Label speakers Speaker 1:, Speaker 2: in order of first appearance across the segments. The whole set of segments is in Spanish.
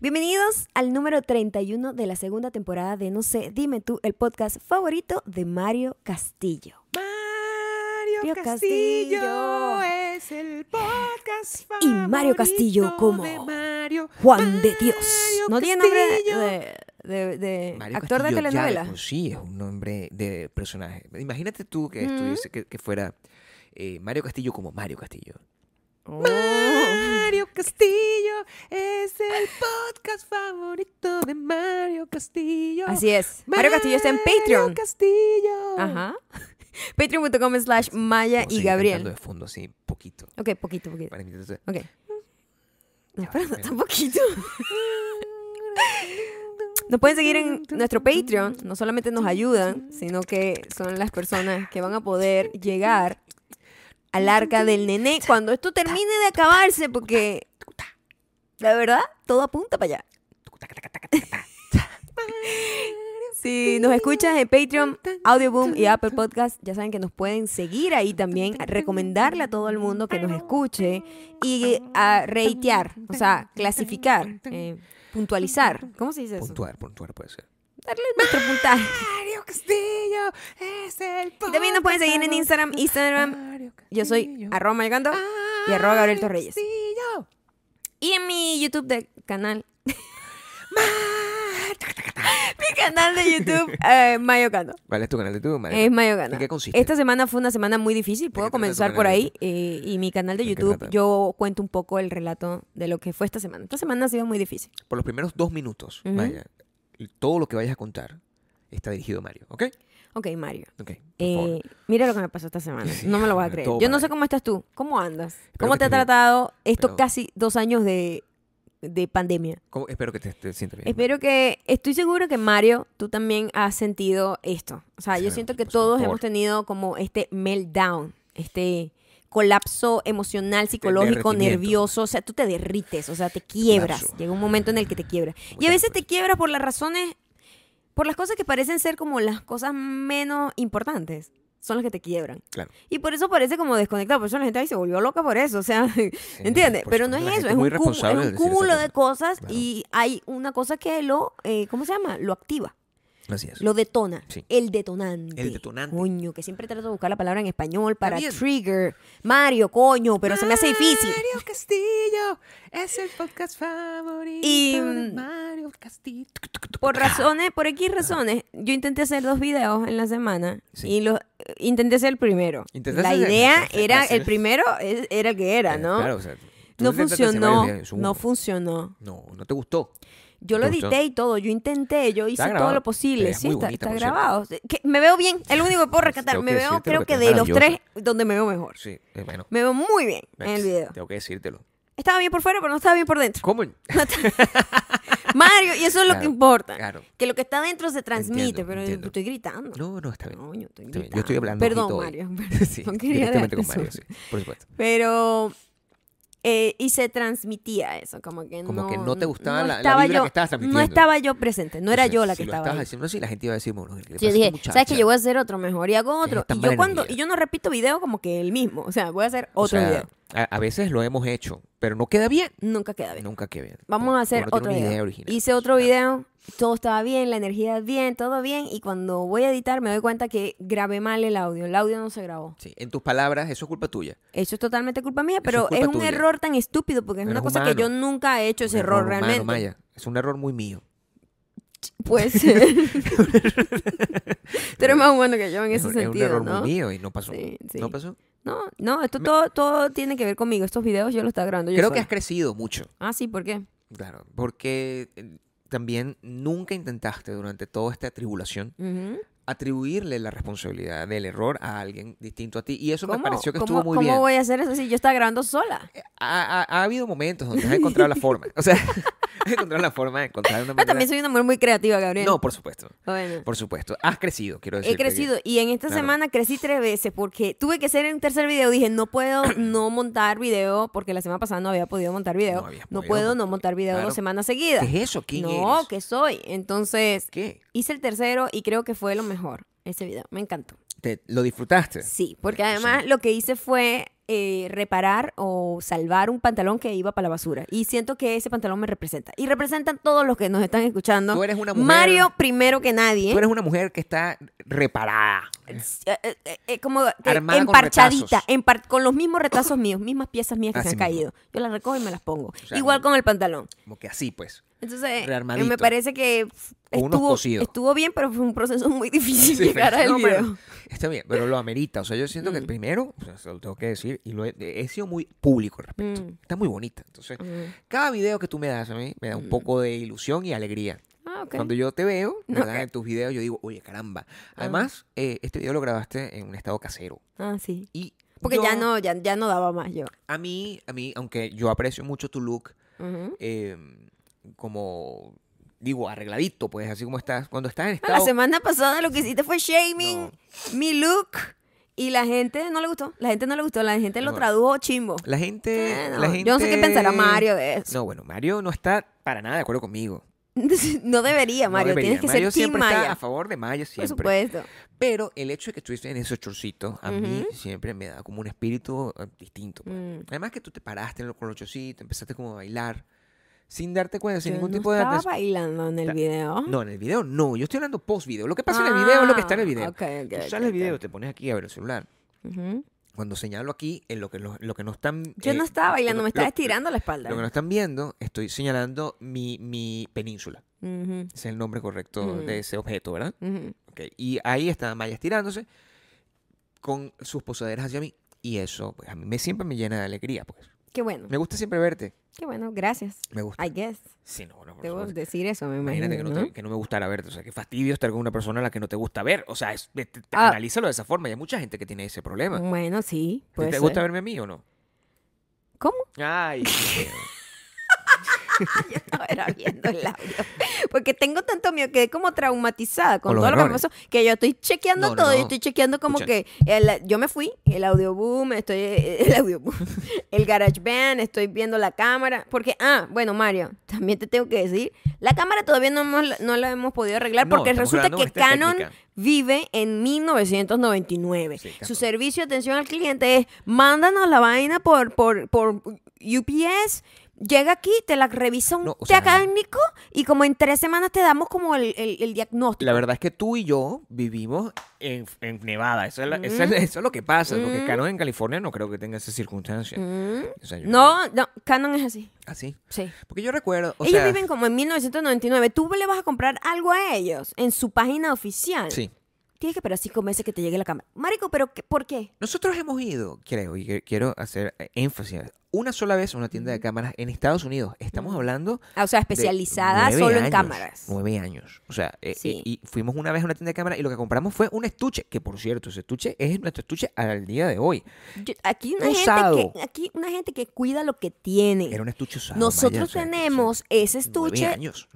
Speaker 1: Bienvenidos al número 31 de la segunda temporada de No sé, dime tú, el podcast favorito de Mario Castillo.
Speaker 2: Mario
Speaker 1: Mario
Speaker 2: Castillo,
Speaker 1: Castillo.
Speaker 2: es el podcast
Speaker 1: Y Mario Castillo
Speaker 2: favorito
Speaker 1: como
Speaker 2: de Mario.
Speaker 1: Juan de Dios.
Speaker 2: Mario
Speaker 1: ¿No tiene nombre
Speaker 2: Castillo.
Speaker 1: de, de- de
Speaker 3: Mario
Speaker 1: actor de
Speaker 3: Castillo ya
Speaker 1: telenovela?
Speaker 3: de por sí, es un nombre de personaje. Imagínate tú que,
Speaker 1: Ujú.
Speaker 3: estuviese- que, que fuera eh, Mario Castillo como Mario Castillo.
Speaker 1: Oh.
Speaker 2: Mario Castillo es el podcast favorito de Mario Castillo.
Speaker 1: Así es. Mario Castillo está en Patreon.
Speaker 2: Mario Castillo.
Speaker 1: Ajá. Patreon.com slash Maya
Speaker 3: Vamos
Speaker 1: Ah,
Speaker 3: a
Speaker 1: y
Speaker 3: seguir cantando
Speaker 1: Gabriel.
Speaker 3: de fondo, así, poquito.
Speaker 1: Ok, poquito, poquito.
Speaker 3: Para que-
Speaker 1: Ok. No,
Speaker 3: Ya,
Speaker 1: pero no
Speaker 3: bueno.
Speaker 1: tan poquito. Nos pueden seguir en nuestro Patreon. No solamente nos ayudan, sino que son las personas que van a poder llegar al arca del nené cuando esto termine de acabarse, porque la verdad, todo apunta para allá. Si nos escuchas en Patreon, Audioboom y Apple Podcast, ya saben que nos pueden seguir ahí también, a recomendarle a todo el mundo que nos escuche y a reitear, o sea, clasificar, eh, puntualizar. ¿Cómo se dice eso?
Speaker 3: Puntuar, puntuar puede ser.
Speaker 1: Darle nuestro puntaje.
Speaker 2: Mario Castillo es el podcast.
Speaker 1: Y también nos pueden seguir en Instagram, Instagram. Yo soy arroba mayocando y arroba Gabriel Torreyes.
Speaker 2: Castillo.
Speaker 1: Y en mi YouTube de canal. mi canal de YouTube, eh, Mayocando.
Speaker 3: ¿Vale? ¿Es tu canal de YouTube, Mario?
Speaker 1: Es Mayocando.
Speaker 3: ¿En qué consiste?
Speaker 1: Esta semana fue una semana muy difícil, puedo
Speaker 3: qué trata tu
Speaker 1: comenzar
Speaker 3: canal
Speaker 1: por
Speaker 3: de
Speaker 1: ahí. eh, y mi canal de
Speaker 3: ¿De qué
Speaker 1: YouTube,
Speaker 3: trata?
Speaker 1: yo cuento un poco el relato de lo que fue esta semana. Esta semana ha sido muy difícil.
Speaker 3: Por los primeros dos minutos,
Speaker 1: Ujú.
Speaker 3: Maya, todo lo que vayas a contar está dirigido a Mario, ¿ok?
Speaker 1: Ok, Mario.
Speaker 3: Ok, por favor.
Speaker 1: eh, mira lo que me pasó esta semana. No me lo vas a
Speaker 3: Todo
Speaker 1: creer. Yo
Speaker 3: para
Speaker 1: no sé
Speaker 3: ahí.
Speaker 1: cómo estás tú. ¿Cómo andas? ¿Cómo
Speaker 3: que
Speaker 1: te ha
Speaker 3: estés bien.
Speaker 1: tratado estos
Speaker 3: Pero-
Speaker 1: casi dos años de, de pandemia?
Speaker 3: ¿Cómo? Espero que te, te sientas bien.
Speaker 1: Espero que, estoy seguro que Mario, tú también has sentido esto. O sea, yo
Speaker 3: Claro,
Speaker 1: siento que
Speaker 3: por
Speaker 1: todos
Speaker 3: favor.
Speaker 1: hemos tenido como este meltdown, este colapso emocional, psicológico,
Speaker 3: Este derretimiento.
Speaker 1: nervioso. O sea, tú te derrites, o sea, te quiebras.
Speaker 3: Colapso.
Speaker 1: Llega un momento en el que te quiebras. Y a
Speaker 3: Muchas
Speaker 1: veces te
Speaker 3: gracias.
Speaker 1: quiebras por las razones, por las cosas que parecen ser como las cosas menos importantes. Son las que te quiebran.
Speaker 3: Claro.
Speaker 1: Y por eso parece como desconectado. Por eso la gente ahí se volvió loca por eso. O sea, ¿Entiendes?
Speaker 3: por
Speaker 1: Pero
Speaker 3: supuesto,
Speaker 1: no es
Speaker 3: la
Speaker 1: eso,
Speaker 3: gente
Speaker 1: es
Speaker 3: muy
Speaker 1: un, cúmulo-
Speaker 3: responsable
Speaker 1: es
Speaker 3: de
Speaker 1: un
Speaker 3: decir esa
Speaker 1: cúmulo de
Speaker 3: cosa.
Speaker 1: cosas
Speaker 3: Claro.
Speaker 1: y hay una cosa que lo, eh, ¿cómo se llama? Lo activa,
Speaker 3: Así es.
Speaker 1: lo detona,
Speaker 3: Sí.
Speaker 1: el detonante.
Speaker 3: El detonante.
Speaker 1: Coño, que siempre trato de buscar la palabra en español para
Speaker 3: bien.
Speaker 1: trigger. Mario, coño, pero se me hace difícil.
Speaker 2: Mario Castillo es el podcast favorito
Speaker 1: Y,
Speaker 2: de
Speaker 1: mm,
Speaker 2: Mario Castillo.
Speaker 1: Por razones, por X razones, yo intenté hacer dos videos en la semana
Speaker 3: Sí.
Speaker 1: y los eh, intenté hacer el primero.
Speaker 3: Intentaste
Speaker 1: la
Speaker 3: hacer-
Speaker 1: idea
Speaker 3: hacer-
Speaker 1: era,
Speaker 3: hacer-
Speaker 1: el primero es- era el que era,
Speaker 3: Eh,
Speaker 1: ¿no?
Speaker 3: Claro, o sea, tú
Speaker 1: no
Speaker 3: intentaste hacer varios
Speaker 1: funcionó,
Speaker 3: videos, es uno.
Speaker 1: no funcionó.
Speaker 3: No, no te gustó.
Speaker 1: Yo lo
Speaker 3: ¿Te gustó?
Speaker 1: edité y todo, yo intenté, yo hice todo
Speaker 3: grabado.
Speaker 1: lo
Speaker 3: Te
Speaker 1: posible.
Speaker 3: ves
Speaker 1: Sí,
Speaker 3: muy
Speaker 1: está,
Speaker 3: bonita,
Speaker 1: está
Speaker 3: por cierto.
Speaker 1: grabado. Que me veo bien, es lo único que puedo rescatar.
Speaker 3: Tengo
Speaker 1: Me
Speaker 3: que
Speaker 1: veo,
Speaker 3: decirte lo
Speaker 1: creo
Speaker 3: que
Speaker 1: que
Speaker 3: te
Speaker 1: de
Speaker 3: ves
Speaker 1: los tres,
Speaker 3: maravillosa.
Speaker 1: donde me veo mejor.
Speaker 3: Sí, eh, bueno.
Speaker 1: Me veo muy bien en el
Speaker 3: Max,
Speaker 1: video.
Speaker 3: Tengo que decírtelo.
Speaker 1: Estaba bien por fuera, pero no estaba bien por dentro.
Speaker 3: ¿Cómo?
Speaker 1: Mario, y eso es lo que
Speaker 3: Claro,
Speaker 1: importa.
Speaker 3: claro.
Speaker 1: Que lo que está dentro se transmite,
Speaker 3: Entiendo,
Speaker 1: pero
Speaker 3: entiendo.
Speaker 1: estoy gritando.
Speaker 3: No, no, está bien.
Speaker 1: Coño, estoy
Speaker 3: Está bien,
Speaker 1: gritando.
Speaker 3: Yo estoy hablando.
Speaker 1: Perdón,
Speaker 3: ojito hoy.
Speaker 1: Mario.
Speaker 3: sí,
Speaker 1: no quería
Speaker 3: directamente con
Speaker 1: darte
Speaker 3: Mario,
Speaker 1: su-
Speaker 3: sí, por supuesto.
Speaker 1: Pero. eh, y se transmitía eso, como que
Speaker 3: Como
Speaker 1: no.
Speaker 3: que no te gustaba la- la
Speaker 1: estaba
Speaker 3: vibra
Speaker 1: yo-
Speaker 3: que estabas
Speaker 1: No
Speaker 3: transmitiendo.
Speaker 1: estaba yo presente, no era
Speaker 3: Entonces,
Speaker 1: yo la
Speaker 3: si
Speaker 1: que
Speaker 3: lo
Speaker 1: estaba.
Speaker 3: estabas
Speaker 1: ahí.
Speaker 3: haciendo así, la gente iba a decir, bueno, ¿qué le
Speaker 1: Sí, Yo
Speaker 3: pasa a esta
Speaker 1: dije, ¿sabes que
Speaker 3: muchacha?
Speaker 1: Yo voy a hacer otro mejor y hago
Speaker 3: Tienes
Speaker 1: otro.
Speaker 3: tan
Speaker 1: Y yo,
Speaker 3: mala
Speaker 1: cuando,
Speaker 3: energía.
Speaker 1: y yo no repito video como que el mismo. O sea, voy a hacer
Speaker 3: O
Speaker 1: otro
Speaker 3: sea,
Speaker 1: video.
Speaker 3: A, a veces lo hemos hecho, pero no queda bien.
Speaker 1: Nunca queda bien.
Speaker 3: Nunca queda bien.
Speaker 1: Vamos
Speaker 3: Porque
Speaker 1: a hacer
Speaker 3: uno tiene
Speaker 1: otro
Speaker 3: una
Speaker 1: video.
Speaker 3: idea original.
Speaker 1: Hice otro
Speaker 3: Claro.
Speaker 1: video, todo estaba bien, la energía bien, todo bien. Y cuando voy a editar me doy cuenta que grabé mal el audio. El audio no se grabó.
Speaker 3: Sí, en tus palabras, eso es culpa tuya.
Speaker 1: Eso es totalmente culpa mía,
Speaker 3: Eso es
Speaker 1: pero es,
Speaker 3: culpa
Speaker 1: un
Speaker 3: tuya.
Speaker 1: error tan estúpido porque es
Speaker 3: Eres
Speaker 1: una cosa que
Speaker 3: humano.
Speaker 1: yo nunca he hecho ese
Speaker 3: Un
Speaker 1: error,
Speaker 3: humano,
Speaker 1: realmente.
Speaker 3: Maya. Es un error muy mío.
Speaker 1: Puede ser. Tú eres Pues, más bueno que yo en
Speaker 3: es,
Speaker 1: ese
Speaker 3: un- es
Speaker 1: sentido,
Speaker 3: un error
Speaker 1: ¿no?
Speaker 3: muy mío y no pasó.
Speaker 1: Sí, sí.
Speaker 3: No pasó.
Speaker 1: No, no, esto
Speaker 3: Me-
Speaker 1: todo, todo tiene que ver conmigo. Estos videos yo los estaba grabando yo
Speaker 3: Creo que
Speaker 1: sola.
Speaker 3: has crecido mucho.
Speaker 1: Ah, sí, ¿por qué?
Speaker 3: Claro, porque eh, también nunca intentaste durante toda esta tribulación
Speaker 1: Ujú.
Speaker 3: atribuirle la responsabilidad del error a alguien distinto a ti. Y eso me
Speaker 1: ¿Cómo-
Speaker 3: pareció que
Speaker 1: cómo-
Speaker 3: estuvo muy
Speaker 1: ¿Cómo
Speaker 3: bien. Eh,
Speaker 1: voy a hacer eso si yo estaba grabando sola?
Speaker 3: Ha, ha- ha habido momentos donde has encontrado la forma. O sea, has encontrado la forma de encontrar una
Speaker 1: Ah,
Speaker 3: manera.
Speaker 1: también soy una mujer muy creativa, Gabriel. Ah,
Speaker 3: No, por supuesto.
Speaker 1: Bueno,
Speaker 3: Por supuesto. Has crecido, quiero decir.
Speaker 1: he crecido y en esta
Speaker 3: Claro.
Speaker 1: semana crecí tres veces porque tuve que hacer un tercer video. Dije, no puedo no montar video porque la semana pasada no había podido montar video.
Speaker 3: No
Speaker 1: No,
Speaker 3: habías podido
Speaker 1: puedo no
Speaker 3: montar-
Speaker 1: montar video
Speaker 3: Claro.
Speaker 1: dos semanas seguidas.
Speaker 3: ¿Qué es eso? ¿Quién
Speaker 1: no,
Speaker 3: eres?
Speaker 1: que soy. Entonces
Speaker 3: ¿Qué?
Speaker 1: hice el tercero y creo que fue lo mejor ese video. Me encantó.
Speaker 3: ¿Te- ¿Lo disfrutaste?
Speaker 1: Sí, porque
Speaker 3: Bueno,
Speaker 1: además lo que hice fue eh, reparar o salvar un pantalón que iba para la basura. Y siento que ese pantalón me representa. Y representan todos los que nos están escuchando.
Speaker 3: Tú eres una mujer-
Speaker 1: Mario primero que nadie.
Speaker 3: Tú eres una mujer que está reparada.
Speaker 1: eh, eh, eh, eh, como que
Speaker 3: Armada con
Speaker 1: emparchadita,
Speaker 3: retazos.
Speaker 1: empar- con los mismos retazos míos, mismas piezas mías que
Speaker 3: Así
Speaker 1: se han
Speaker 3: mismo.
Speaker 1: caído. Yo las recojo y me las pongo.
Speaker 3: sea,
Speaker 1: Igual
Speaker 3: no-
Speaker 1: con el pantalón.
Speaker 3: Como que así, pues.
Speaker 1: Entonces, eh,
Speaker 3: Rearmadito.
Speaker 1: me parece que f-
Speaker 3: O unos
Speaker 1: estuvo,
Speaker 3: cosido.
Speaker 1: estuvo bien, pero fue un proceso muy difícil
Speaker 3: Sí,
Speaker 1: llegar al
Speaker 3: pero- no,
Speaker 1: video. Mm.
Speaker 3: pero- está bien, pero lo amerita. O sea, yo siento que primero, o sea, se lo tengo que decir, y lo he, he sido muy público al respecto.
Speaker 1: Mm.
Speaker 3: Está muy bonita. Entonces,
Speaker 1: Mm.
Speaker 3: cada video que tú me das a mí me da un poco de ilusión y alegría.
Speaker 1: Ah, ok.
Speaker 3: Cuando yo te veo, ¿verdad?
Speaker 1: Ok.
Speaker 3: en tus videos, yo digo, oye, caramba. Además, eh, este video lo grabaste en un estado casero.
Speaker 1: Ah, sí.
Speaker 3: Y
Speaker 1: Porque
Speaker 3: yo-
Speaker 1: ya no, ya, ya no daba más yo.
Speaker 3: A mí, a mí, aunque yo aprecio mucho tu look,
Speaker 1: Ujú.
Speaker 3: eh, como, digo, arregladito, pues, así como estás. Cuando estás en
Speaker 1: Ah, La
Speaker 3: estado...
Speaker 1: semana pasada lo que hiciste fue shaming
Speaker 3: No.
Speaker 1: mi look y la gente no le gustó. La gente no le gustó, la gente lo
Speaker 3: No.
Speaker 1: tradujo chimbo.
Speaker 3: La gente,
Speaker 1: Eh, no,
Speaker 3: la gente...
Speaker 1: Yo no sé qué pensará Mario de eso.
Speaker 3: No, bueno, Mario no está para nada de acuerdo conmigo.
Speaker 1: No debería,
Speaker 3: No
Speaker 1: Mario.
Speaker 3: debería.
Speaker 1: Tienes que
Speaker 3: Mario
Speaker 1: ser Team
Speaker 3: siempre está
Speaker 1: Maya.
Speaker 3: a favor de Mayo
Speaker 1: Por
Speaker 3: siempre.
Speaker 1: supuesto.
Speaker 3: Pero el hecho de que estuviste en esos chorcitos, a mí siempre me da como un espíritu eh, distinto. pues.
Speaker 1: Mm.
Speaker 3: Además que tú te paraste en lo- con los chorcitos, empezaste como a bailar, sin darte cuenta, sin
Speaker 1: Yo
Speaker 3: ningún
Speaker 1: no
Speaker 3: tipo de...
Speaker 1: estaba
Speaker 3: atención.
Speaker 1: bailando en el
Speaker 3: Ta-
Speaker 1: video.
Speaker 3: No, en el video no, yo estoy hablando post video. Lo que pasa en el video es lo que está en el video.
Speaker 1: Ah, ok, ok,
Speaker 3: Tú
Speaker 1: ok,
Speaker 3: sales el
Speaker 1: ok.
Speaker 3: video, te pones aquí a ver el celular.
Speaker 1: Ujú.
Speaker 3: Cuando señalo aquí, en lo que, lo, lo que no están...
Speaker 1: Yo
Speaker 3: eh,
Speaker 1: no estaba bailando,
Speaker 3: lo-
Speaker 1: me estaba
Speaker 3: lo-
Speaker 1: estirando la espalda.
Speaker 3: Lo que no están viendo, estoy señalando mi, mi península.
Speaker 1: Ujú,
Speaker 3: Ese es el nombre correcto
Speaker 1: Ujú.
Speaker 3: de ese objeto, ¿verdad?
Speaker 1: ujú.
Speaker 3: Ok, Y ahí está Maya estirándose con sus posaderas hacia mí. Y eso, pues, a mí me, siempre me llena de alegría, pues.
Speaker 1: Qué bueno,
Speaker 3: Me gusta siempre verte.
Speaker 1: qué bueno, gracias.
Speaker 3: Me gusta.
Speaker 1: I guess.
Speaker 3: Sí, no, no, por
Speaker 1: Debo
Speaker 3: supuesto.
Speaker 1: decir eso, me imagino.
Speaker 3: Imagínate que no, te-
Speaker 1: ¿no?
Speaker 3: que no me gustara verte. O sea, qué fastidio estar con una persona a la que no te gusta ver. O sea, es- te- te-
Speaker 1: Ah.
Speaker 3: analízalo de esa forma. Y hay mucha gente que tiene ese problema.
Speaker 1: Bueno, sí,
Speaker 3: ¿Te,
Speaker 1: puede
Speaker 3: te
Speaker 1: ser.
Speaker 3: gusta verme a mí o no?
Speaker 1: ¿Cómo?
Speaker 3: Ay, qué feo.
Speaker 1: Yo estaba era viendo el audio. Porque tengo tanto miedo, quedé como traumatizada con,
Speaker 3: Con los
Speaker 1: todo lo que me
Speaker 3: errores.
Speaker 1: pasó, que yo estoy chequeando
Speaker 3: No, no,
Speaker 1: todo,
Speaker 3: no.
Speaker 1: yo estoy chequeando como
Speaker 3: Escucha.
Speaker 1: que el- yo me fui, el audio boom, estoy el audio boom, el garage band, estoy viendo la cámara, porque ah, bueno, Mario, también te tengo que decir, la cámara todavía no hemos- no la hemos podido arreglar
Speaker 3: No,
Speaker 1: porque
Speaker 3: estamos
Speaker 1: resulta
Speaker 3: grabando
Speaker 1: que
Speaker 3: con esta
Speaker 1: Canon
Speaker 3: técnica.
Speaker 1: vive en 1999.
Speaker 3: Sí, Canon.
Speaker 1: Su servicio de atención al cliente es mándanos la vaina por por por UPS Llega aquí, te la revisa un
Speaker 3: No, o sea,
Speaker 1: técnico y como en tres semanas te damos como el, el- el diagnóstico.
Speaker 3: La verdad es que tú y yo vivimos en, en Nevada. Eso es, la- eso es-
Speaker 1: Mm.
Speaker 3: eso es lo que pasa. Porque Canon en California no creo que tenga esa circunstancia. O sea, yo-
Speaker 1: Mm. No, no, Canon es así.
Speaker 3: Así.
Speaker 1: Sí.
Speaker 3: Porque yo recuerdo. O
Speaker 1: ellos
Speaker 3: sea,
Speaker 1: viven como en 1999. Tú le vas a comprar algo a ellos en su página oficial.
Speaker 3: Sí.
Speaker 1: Tienes que esperar cinco meses que te llegue la cámara. Marico, ¿pero qué- por qué?
Speaker 3: Nosotros hemos ido, creo, y que- quiero hacer eh, énfasis, en- una sola vez a una tienda de
Speaker 1: Mm.
Speaker 3: cámaras en Estados Unidos. Estamos hablando.
Speaker 1: Ah, o sea,
Speaker 3: de
Speaker 1: especializada
Speaker 3: nueve
Speaker 1: solo en
Speaker 3: años,
Speaker 1: cámaras.
Speaker 3: Nueve años. O sea, eh,
Speaker 1: Sí.
Speaker 3: y, y fuimos una vez a una tienda de cámaras y lo que compramos fue un estuche, que por cierto, ese estuche es nuestro estuche al día de hoy.
Speaker 1: Yo- aquí, una gente
Speaker 3: Usado.
Speaker 1: que, aquí una gente que cuida lo que tiene.
Speaker 3: Era un estuche usado. Maya,
Speaker 1: Nosotros
Speaker 3: o sea,
Speaker 1: tenemos ese estuche
Speaker 3: Nueve
Speaker 1: nueve años.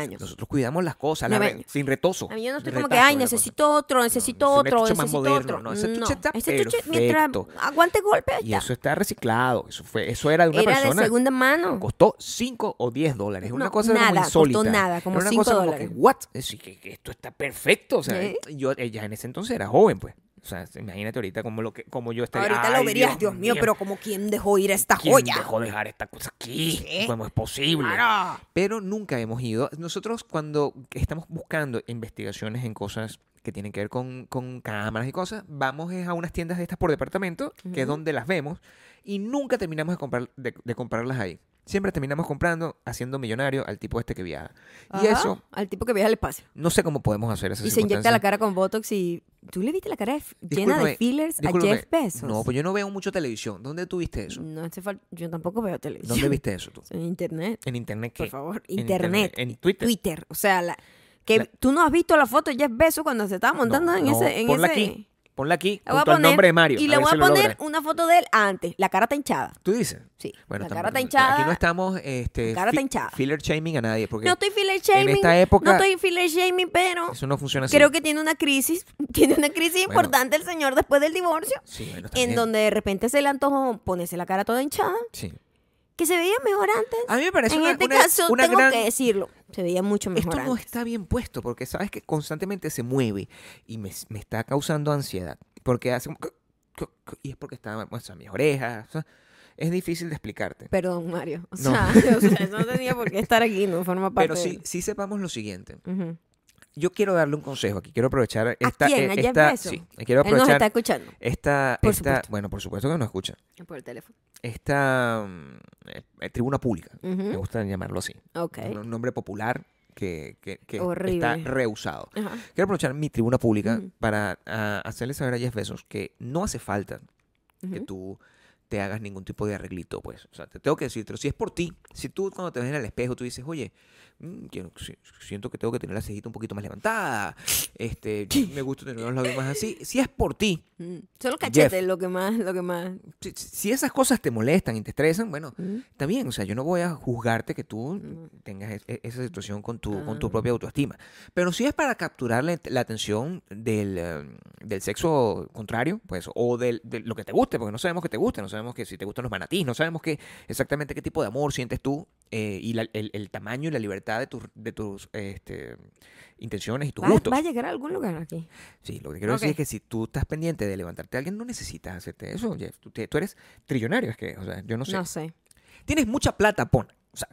Speaker 3: años. O sea, Nosotros cuidamos las cosas,
Speaker 1: Nueve
Speaker 3: la re-
Speaker 1: años.
Speaker 3: sin retozo.
Speaker 1: A mí yo no estoy
Speaker 3: sin
Speaker 1: como que,
Speaker 3: retazo
Speaker 1: ay,
Speaker 3: de la cosa".
Speaker 1: necesito otro, necesito
Speaker 3: es un
Speaker 1: otro,
Speaker 3: estuche más
Speaker 1: necesito
Speaker 3: moderno,
Speaker 1: otro.
Speaker 3: no, ese estuche está
Speaker 1: ese estuche, mientras
Speaker 3: perfecto.
Speaker 1: aguante golpe, ahí
Speaker 3: Y
Speaker 1: está.
Speaker 3: eso está reciclado. Eso fue, eso era de una
Speaker 1: Era
Speaker 3: persona.
Speaker 1: de segunda mano.
Speaker 3: Costó 5 o 10 dólares. Una
Speaker 1: Mm. No,
Speaker 3: cosa como
Speaker 1: nada, costó
Speaker 3: insólita.
Speaker 1: nada, como
Speaker 3: Era una
Speaker 1: 5
Speaker 3: cosa
Speaker 1: dólares.
Speaker 3: como que, ¿what? Es decir, que, que esto está perfecto. O sea,
Speaker 1: ¿Eh?
Speaker 3: yo, ella en ese entonces era joven, pues. O sea, imagínate ahorita como, lo que, como yo estaría.
Speaker 1: Ahorita lo
Speaker 3: "Ay,
Speaker 1: verías, Dios mío, pero como quién dejó ir a esta
Speaker 3: ¿Quién
Speaker 1: joya.
Speaker 3: dejó dejar esta cosa aquí?
Speaker 1: Sí.
Speaker 3: ¿Cómo es posible?
Speaker 1: Claro.
Speaker 3: Pero nunca hemos ido. Nosotros cuando estamos buscando investigaciones en cosas que tienen que ver con, con cámaras y cosas, vamos es a unas tiendas de estas por departamento, que es donde las vemos, y nunca terminamos de, comprar, de, de comprarlas ahí. Siempre terminamos comprando, haciendo millonario al tipo este que viaja. Y
Speaker 1: Ajá,
Speaker 3: eso,
Speaker 1: Al tipo que viaja al espacio.
Speaker 3: no sé cómo podemos hacer esas
Speaker 1: Y se inyecta la
Speaker 3: circunstancias.
Speaker 1: cara con Botox y... ¿Tú le viste la cara de- llena
Speaker 3: Discúlpame,
Speaker 1: de fillers a
Speaker 3: discúlpame.
Speaker 1: Jeff Bezos?
Speaker 3: No, pues yo no veo mucho televisión. ¿Dónde tú viste eso?
Speaker 1: No hace falta... Yo tampoco veo televisión.
Speaker 3: ¿Dónde viste eso tú?
Speaker 1: En internet.
Speaker 3: En internet, ¿qué?
Speaker 1: Mm, Por favor,
Speaker 3: En
Speaker 1: internet.
Speaker 3: En Twitter.
Speaker 1: Twitter. O sea, la- que
Speaker 3: La- Ah,
Speaker 1: tú no has visto la foto de Jeff Bezos cuando se estaba montando
Speaker 3: No,
Speaker 1: en
Speaker 3: no,
Speaker 1: ese. En
Speaker 3: ponla
Speaker 1: ese-
Speaker 3: aquí. Ponla aquí.
Speaker 1: La voy a
Speaker 3: junto al
Speaker 1: poner-
Speaker 3: nombre de Mario.
Speaker 1: Y
Speaker 3: a
Speaker 1: le
Speaker 3: ver
Speaker 1: voy
Speaker 3: si
Speaker 1: a
Speaker 3: lo
Speaker 1: poner
Speaker 3: logra.
Speaker 1: una foto de él antes. La cara está hinchada.
Speaker 3: ¿Tú dices?
Speaker 1: Sí. la
Speaker 3: Bueno,
Speaker 1: cara está
Speaker 3: tampoco-
Speaker 1: hinchada.
Speaker 3: Aquí no estamos este,
Speaker 1: La cara está
Speaker 3: fi-
Speaker 1: hinchada.
Speaker 3: filler shaming a nadie porque
Speaker 1: No estoy filler shaming.
Speaker 3: esta época-
Speaker 1: No estoy filler shaming, pero
Speaker 3: eso no funciona así.
Speaker 1: creo que tiene una crisis. Tiene una crisis
Speaker 3: Bueno.
Speaker 1: importante el señor después del divorcio.
Speaker 3: Sí, bueno,
Speaker 1: En
Speaker 3: también.
Speaker 1: donde de repente se le antojó ponerse la cara toda hinchada.
Speaker 3: Sí.
Speaker 1: Que se veía mejor antes.
Speaker 3: A mí me parece
Speaker 1: en
Speaker 3: Ah, una,
Speaker 1: este
Speaker 3: una-
Speaker 1: caso,
Speaker 3: una
Speaker 1: tengo
Speaker 3: gran...
Speaker 1: que decirlo. Se veía mucho mejor
Speaker 3: Esto no
Speaker 1: antes.
Speaker 3: está bien puesto porque sabes que constantemente se mueve y me, me está causando ansiedad porque hace como que- cu- cu- y es porque estaban, o sea, mis orejas. o sea, es difícil de explicarte.
Speaker 1: Perdón, Mario. O
Speaker 3: No.
Speaker 1: sea, o sea, eso no tenía por qué estar aquí, no forma parte.
Speaker 3: Pero sí,
Speaker 1: de-
Speaker 3: sí sepamos lo siguiente.
Speaker 1: Ujú.
Speaker 3: Yo quiero darle un consejo aquí. Quiero aprovechar esta.
Speaker 1: quién?
Speaker 3: eh,
Speaker 1: ¿A Jeff
Speaker 3: esta
Speaker 1: Bezos?
Speaker 3: sí, quiero
Speaker 1: Él nos
Speaker 3: aprovechar
Speaker 1: está escuchando
Speaker 3: esta.
Speaker 1: Por
Speaker 3: esta-
Speaker 1: supuesto.
Speaker 3: bueno, por supuesto que nos escucha.
Speaker 1: por el teléfono.
Speaker 3: Esta mm, eh, eh, tribuna pública. Me
Speaker 1: Ujú.
Speaker 3: gusta llamarlo así.
Speaker 1: Ok.
Speaker 3: Es Un nombre popular que, que- que
Speaker 1: Horrible.
Speaker 3: está rehusado.
Speaker 1: Ajá.
Speaker 3: Quiero aprovechar mi tribuna pública
Speaker 1: Ujú.
Speaker 3: para ah, hacerle saber a Jeff Bezos que no hace falta que
Speaker 1: Ujú.
Speaker 3: tú te hagas ningún tipo de arreglito, pues. O sea, te tengo que decir, pero si es por ti, si tú cuando te ves en el espejo, tú dices, oye, mm, quiero- si- siento que tengo que tener la cejita un poquito más levantada, este, me gusta tener los labios más así, si es por ti,
Speaker 1: Mm. Solo cachete lo que más, lo que más.
Speaker 3: si, si esas cosas te molestan y te estresan, bueno,
Speaker 1: Mm.
Speaker 3: está bien, o sea, yo no voy a juzgarte que tú
Speaker 1: Mm.
Speaker 3: tengas es- e- esa situación con tu, con tu
Speaker 1: Ah.
Speaker 3: propia autoestima. Pero si es para capturar la, la atención del, eh, del sexo contrario, pues, o del- de lo que te guste, porque no sabemos que te guste, no sabemos que si te gustan los manatís, no sabemos qué exactamente qué tipo de amor sientes tú eh, y la- el, el tamaño y la libertad de tus, de tus este, intenciones y tus
Speaker 1: Va,
Speaker 3: gustos.
Speaker 1: va a llegar a algún lugar aquí.
Speaker 3: Sí, lo que quiero decir
Speaker 1: Ok.
Speaker 3: es que si tú estás pendiente de levantarte a alguien, no necesitas hacerte eso, Jeff. Tú, te- tú eres trillonario, es que, o sea, yo no sé.
Speaker 1: No sé.
Speaker 3: Tienes mucha plata, pon. O sea,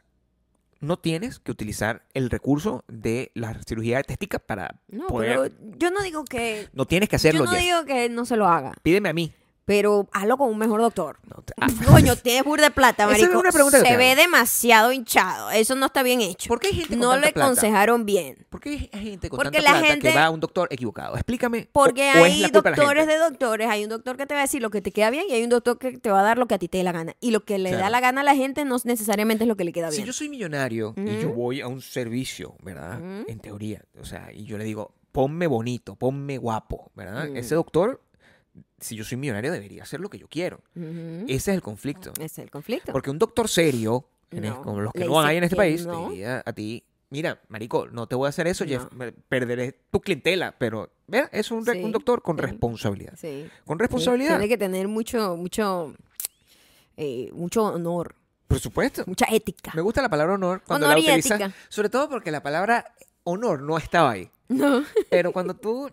Speaker 3: no tienes que utilizar el recurso de la cirugía estética para
Speaker 1: No,
Speaker 3: poder.
Speaker 1: pero yo no digo que.
Speaker 3: No tienes que
Speaker 1: yo
Speaker 3: hacerlo,
Speaker 1: no
Speaker 3: Jeff.
Speaker 1: digo que no se lo haga,
Speaker 3: Pídeme a mí.
Speaker 1: pero hazlo con un mejor doctor.
Speaker 3: No, te- ah,
Speaker 1: Coño, tienes burda de plata,
Speaker 3: Esa es
Speaker 1: marico.
Speaker 3: una pregunta que
Speaker 1: Se
Speaker 3: te
Speaker 1: ve
Speaker 3: hago.
Speaker 1: demasiado hinchado. Eso no está bien hecho.
Speaker 3: ¿Por qué hay gente con
Speaker 1: No
Speaker 3: tanta
Speaker 1: le
Speaker 3: plata?
Speaker 1: aconsejaron bien.
Speaker 3: ¿Por qué hay gente con
Speaker 1: Porque
Speaker 3: tanta
Speaker 1: la
Speaker 3: plata
Speaker 1: gente-
Speaker 3: que va a un doctor equivocado? Explícame. o-
Speaker 1: Porque
Speaker 3: o es
Speaker 1: hay
Speaker 3: la culpa la
Speaker 1: doctores
Speaker 3: gente.
Speaker 1: de doctores. Hay un doctor que te va a decir lo que te queda bien y hay un doctor que te va a dar lo que a ti te dé la gana. Y lo que le da
Speaker 3: Claro.
Speaker 1: la gana a la gente no necesariamente es lo que le queda
Speaker 3: Si
Speaker 1: bien.
Speaker 3: yo soy millonario y yo
Speaker 1: Ujú.
Speaker 3: voy a un servicio, ¿verdad?
Speaker 1: Ujú.
Speaker 3: En teoría. O sea, y yo le digo, ponme bonito, ponme guapo, ¿verdad?
Speaker 1: Mm.
Speaker 3: Ese doctor, si yo soy millonario, debería hacer lo que yo quiero.
Speaker 1: Ujú.
Speaker 3: Ese es el conflicto.
Speaker 1: Ese es el Mm. conflicto.
Speaker 3: Porque un doctor serio, en el-
Speaker 1: No,
Speaker 3: como los que
Speaker 1: le
Speaker 3: no
Speaker 1: dice
Speaker 3: hay en este
Speaker 1: que
Speaker 3: país,
Speaker 1: no.
Speaker 3: te diría a ti, mira, marico, no te voy a hacer eso, Jeff,
Speaker 1: No.
Speaker 3: me- perderé tu clientela, pero vea, es un, re- un
Speaker 1: Sí,
Speaker 3: doctor con
Speaker 1: sí.
Speaker 3: responsabilidad.
Speaker 1: Sí.
Speaker 3: Con
Speaker 1: Sí,
Speaker 3: responsabilidad,
Speaker 1: Tiene que tener mucho, mucho, eh, mucho honor,
Speaker 3: por supuesto.
Speaker 1: mucha ética.
Speaker 3: Me gusta la palabra honor cuando
Speaker 1: Honor
Speaker 3: la
Speaker 1: y
Speaker 3: utilizas,
Speaker 1: ética.
Speaker 3: sobre todo porque la palabra honor no estaba ahí.
Speaker 1: No.
Speaker 3: Pero cuando tú,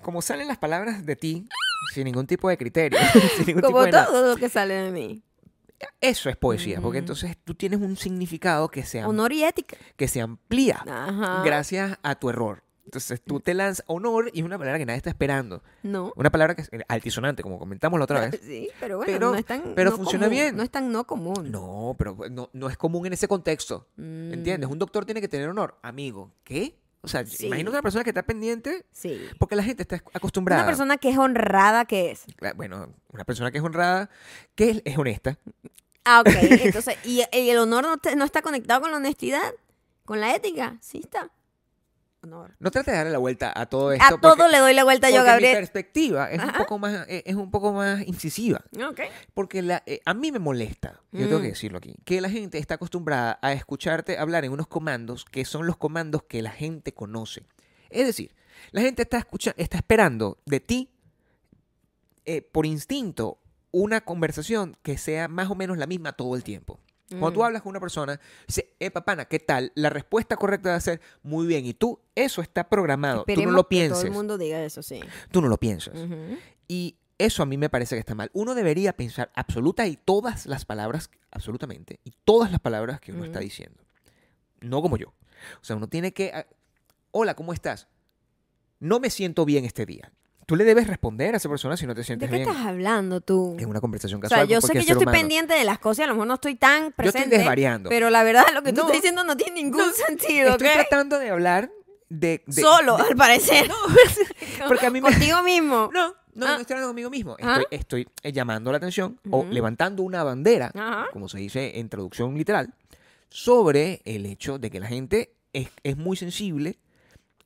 Speaker 3: como salen las palabras de ti, sin ningún tipo de criterio, sin ningún tipo
Speaker 1: Como
Speaker 3: de nada,
Speaker 1: todo lo que sale de mí.
Speaker 3: eso es poesía, porque
Speaker 1: Ujú.
Speaker 3: entonces tú tienes un significado que se, am-
Speaker 1: Honor y ética.
Speaker 3: que se amplía.
Speaker 1: Ajá.
Speaker 3: gracias a tu error. Entonces tú te lanzas honor y es una palabra que nadie está esperando.
Speaker 1: No.
Speaker 3: Una palabra que es eh, altisonante, como comentamos la otra vez.
Speaker 1: Sí, pero bueno,
Speaker 3: Pero-
Speaker 1: no es tan
Speaker 3: pero
Speaker 1: no
Speaker 3: funciona
Speaker 1: común,
Speaker 3: bien.
Speaker 1: No es tan no común.
Speaker 3: No, pero no, no es común en ese contexto.
Speaker 1: Mm,
Speaker 3: ¿Entiendes? Un doctor tiene que tener honor. Amigo, ¿qué? O sea,
Speaker 1: Sí.
Speaker 3: imagina una persona que está pendiente
Speaker 1: Sí.
Speaker 3: porque la gente está ac- acostumbrada.
Speaker 1: Una persona que es honrada que es.
Speaker 3: Cla- Bueno, una persona que es honrada, que es, es honesta.
Speaker 1: Ah, ok. Entonces, ¿y, y el honor no, te- no está conectado con la honestidad? ¿Con la ética? Sí está. Honor.
Speaker 3: No trate de darle la vuelta a todo esto.
Speaker 1: A
Speaker 3: porque-
Speaker 1: todo le doy la vuelta
Speaker 3: porque
Speaker 1: yo,
Speaker 3: Mi
Speaker 1: Gabriel.
Speaker 3: perspectiva es un,
Speaker 1: Ajá.
Speaker 3: poco más, eh, es un poco más incisiva.
Speaker 1: Ok.
Speaker 3: Porque la- eh, a mí me molesta, yo tengo
Speaker 1: Mm.
Speaker 3: que decirlo aquí, que la gente está acostumbrada a escucharte hablar en unos comandos que son los comandos que la gente conoce. Es decir, la gente está, escucha- está esperando de ti, eh, por instinto, una conversación que sea más o menos la misma todo el tiempo. Cuando tú
Speaker 1: Mm.
Speaker 3: hablas con una persona, dice, eh, papana, ¿qué tal? La respuesta correcta va a ser, muy bien, y tú, eso está programado, tú no
Speaker 1: Esperemos
Speaker 3: lo
Speaker 1: que Todo
Speaker 3: pienses,
Speaker 1: el mundo Mm. diga eso, sí.
Speaker 3: tú no lo piensas.
Speaker 1: Ujú.
Speaker 3: Y eso a mí me parece que está mal. Uno debería pensar absoluta y todas las palabras, absolutamente, y todas las palabras que uno está
Speaker 1: Ujú.
Speaker 3: diciendo. No como yo. O sea, uno tiene que... ah, Hola, ¿cómo estás? No me siento bien este día. Tú le debes responder a esa persona si no te
Speaker 1: ¿De
Speaker 3: sientes
Speaker 1: qué
Speaker 3: bien.
Speaker 1: estás hablando tú?
Speaker 3: En una conversación
Speaker 1: O
Speaker 3: casual.
Speaker 1: sea, yo
Speaker 3: con
Speaker 1: sé que yo
Speaker 3: cualquier ser
Speaker 1: estoy
Speaker 3: humano.
Speaker 1: pendiente de las cosas y a lo mejor no estoy tan
Speaker 3: Yo estoy
Speaker 1: presente.
Speaker 3: desvariando.
Speaker 1: pero la verdad, lo que
Speaker 3: No.
Speaker 1: tú estás diciendo no tiene ningún sentido,
Speaker 3: estoy
Speaker 1: ¿ok?
Speaker 3: tratando de hablar de... de-
Speaker 1: Solo,
Speaker 3: de- pues,
Speaker 1: al parecer.
Speaker 3: porque a mí me...
Speaker 1: Contigo mismo.
Speaker 3: No, no,
Speaker 1: Ah.
Speaker 3: no estoy hablando conmigo mismo.
Speaker 1: Ah. Mm.
Speaker 3: Estoy, estoy, eh, llamando la atención o
Speaker 1: Ujú.
Speaker 3: levantando una bandera,
Speaker 1: Ajá.
Speaker 3: como se dice en traducción literal, sobre el hecho de que la gente es, es muy sensible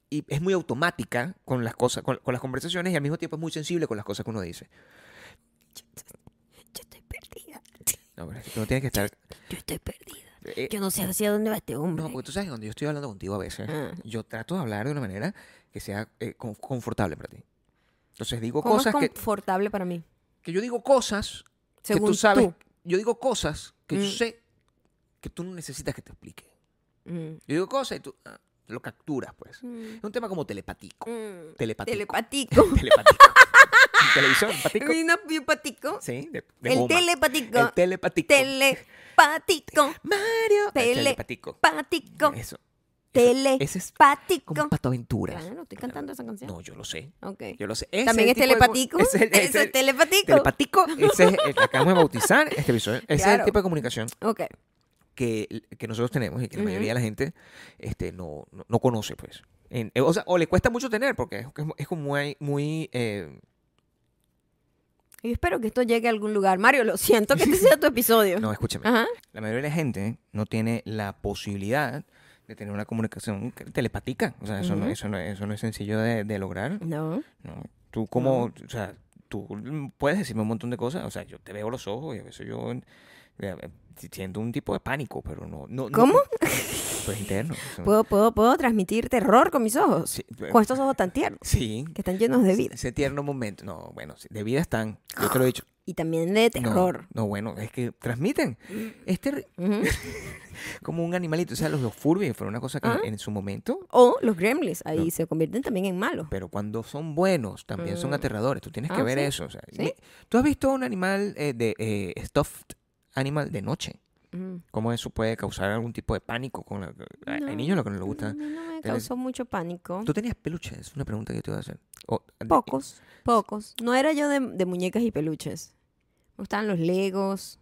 Speaker 3: y es muy automática con las cosas, con, con las conversaciones y al mismo tiempo es muy sensible con las cosas que uno dice.
Speaker 1: Yo estoy perdida.
Speaker 3: No, pero es que tú no tienes que estar.
Speaker 1: Yo estoy perdida.
Speaker 3: eh,
Speaker 1: Yo no sé hacia dónde va este hombre.
Speaker 3: no, pues, porque tú sabes que cuando yo estoy hablando contigo a veces,
Speaker 1: Ah.
Speaker 3: yo trato de hablar de una manera que sea eh, con- confortable para ti. Entonces digo
Speaker 1: ¿Cómo
Speaker 3: cosas
Speaker 1: es
Speaker 3: que,
Speaker 1: confortable para mí?
Speaker 3: que yo digo cosas
Speaker 1: Según
Speaker 3: que tú sabes. Yo digo cosas que yo
Speaker 1: Mm.
Speaker 3: sé que tú no necesitas que te explique.
Speaker 1: Mm.
Speaker 3: Yo digo cosas y tú. ah, lo capturas, pues.
Speaker 1: Mm.
Speaker 3: Es un tema como telepático.
Speaker 1: Mm.
Speaker 3: Telepático.
Speaker 1: Telepático.
Speaker 3: telepático. Televisión, patico.
Speaker 1: Vino piupatico.
Speaker 3: Sí, de, de
Speaker 1: El
Speaker 3: goma.
Speaker 1: telepático.
Speaker 3: El telepático.
Speaker 1: Telepático.
Speaker 3: Mario.
Speaker 1: Tele-
Speaker 3: El telepático.
Speaker 1: Pático.
Speaker 3: Eso.
Speaker 1: Tele-
Speaker 3: Ese es como
Speaker 1: Pático.
Speaker 3: un pato aventuras.
Speaker 1: Claro, estoy cantando esa canción.
Speaker 3: No, yo lo sé.
Speaker 1: Ok.
Speaker 3: Yo lo sé. Ese
Speaker 1: También es
Speaker 3: el tipo de-
Speaker 1: telepático.
Speaker 3: ese el-
Speaker 1: Eso
Speaker 3: ese
Speaker 1: es
Speaker 3: el-
Speaker 1: telepático.
Speaker 3: telepático. Ese es el que acabamos de bautizar este episodio. Ese es
Speaker 1: Claro.
Speaker 3: el tipo de comunicación
Speaker 1: Ok.
Speaker 3: que, que nosotros tenemos y que la
Speaker 1: Ujú.
Speaker 3: mayoría de la gente este, no, no, no conoce, pues. En- o, sea, o le cuesta mucho tener porque es, es como muy... muy eh,
Speaker 1: Yo espero que esto llegue a algún lugar. Mario, lo siento que este sea tu episodio.
Speaker 3: no, escúchame.
Speaker 1: Ajá.
Speaker 3: La mayoría de la gente no tiene la posibilidad de tener una comunicación que- telepática. O sea, eso, no,
Speaker 1: Ujú.
Speaker 3: eso, no, eso no es sencillo de, de lograr.
Speaker 1: No.
Speaker 3: ¿no? Tú como, o sea, tú puedes decirme un montón de cosas. O sea, yo te veo los ojos y a veces yo eh, siento un tipo de pánico, pero no... no no-
Speaker 1: ¿Cómo?
Speaker 3: Eso es interno. eso-
Speaker 1: ¿Puedo, puedo, puedo transmitir terror con mis ojos.
Speaker 3: Sí, eh,
Speaker 1: Con estos ojos tan tiernos,
Speaker 3: sí,
Speaker 1: que están llenos de vida.
Speaker 3: ese tierno momento. No, bueno, sí, de vida están. Yo te lo he dicho.
Speaker 1: Y también de
Speaker 3: No,
Speaker 1: terror. Mm.
Speaker 3: No, bueno, es que transmiten. Es terri-
Speaker 1: Ujú.
Speaker 3: como un animalito. O sea, los, los Furbies fueron una cosa que
Speaker 1: Ah.
Speaker 3: en su momento
Speaker 1: O los gremlins, ahí
Speaker 3: No.
Speaker 1: se convierten también en malos.
Speaker 3: pero cuando son buenos también son
Speaker 1: Mm.
Speaker 3: aterradores. Tú tienes que
Speaker 1: Ah,
Speaker 3: ver
Speaker 1: sí.
Speaker 3: eso. o sea,
Speaker 1: Sí.
Speaker 3: mi- ¿Tú has visto un animal eh, de eh, stuffed animal de noche?
Speaker 1: Mm.
Speaker 3: ¿Cómo eso puede causar algún tipo de pánico? Con la- hay-
Speaker 1: No.
Speaker 3: Hay niños a los que no les
Speaker 1: A
Speaker 3: gusta.
Speaker 1: mí no me
Speaker 3: Tienes-
Speaker 1: causó mucho pánico.
Speaker 3: ¿Tú tenías peluches? Es una pregunta que te iba a hacer. O-
Speaker 1: Pocos, pocos. No era yo de, de muñecas y peluches. Me gustaban los legos.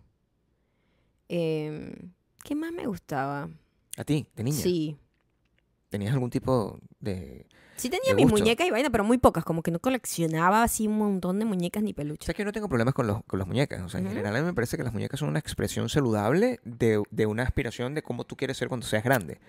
Speaker 1: Em, ¿Qué más me gustaba?
Speaker 3: ¿A ti, de niña?
Speaker 1: Sí.
Speaker 3: ¿Tenías algún tipo de...?
Speaker 1: Sí tenía
Speaker 3: De
Speaker 1: mis
Speaker 3: gusto.
Speaker 1: muñecas y vaina, pero muy pocas. Como que no coleccionaba así un montón de muñecas ni
Speaker 3: O
Speaker 1: peluches.
Speaker 3: sea, que yo no tengo problemas con, los, con las muñecas. O sea, en
Speaker 1: Ujú.
Speaker 3: general a mí me parece que las muñecas son una expresión saludable de, de una aspiración de cómo tú quieres ser cuando seas grande.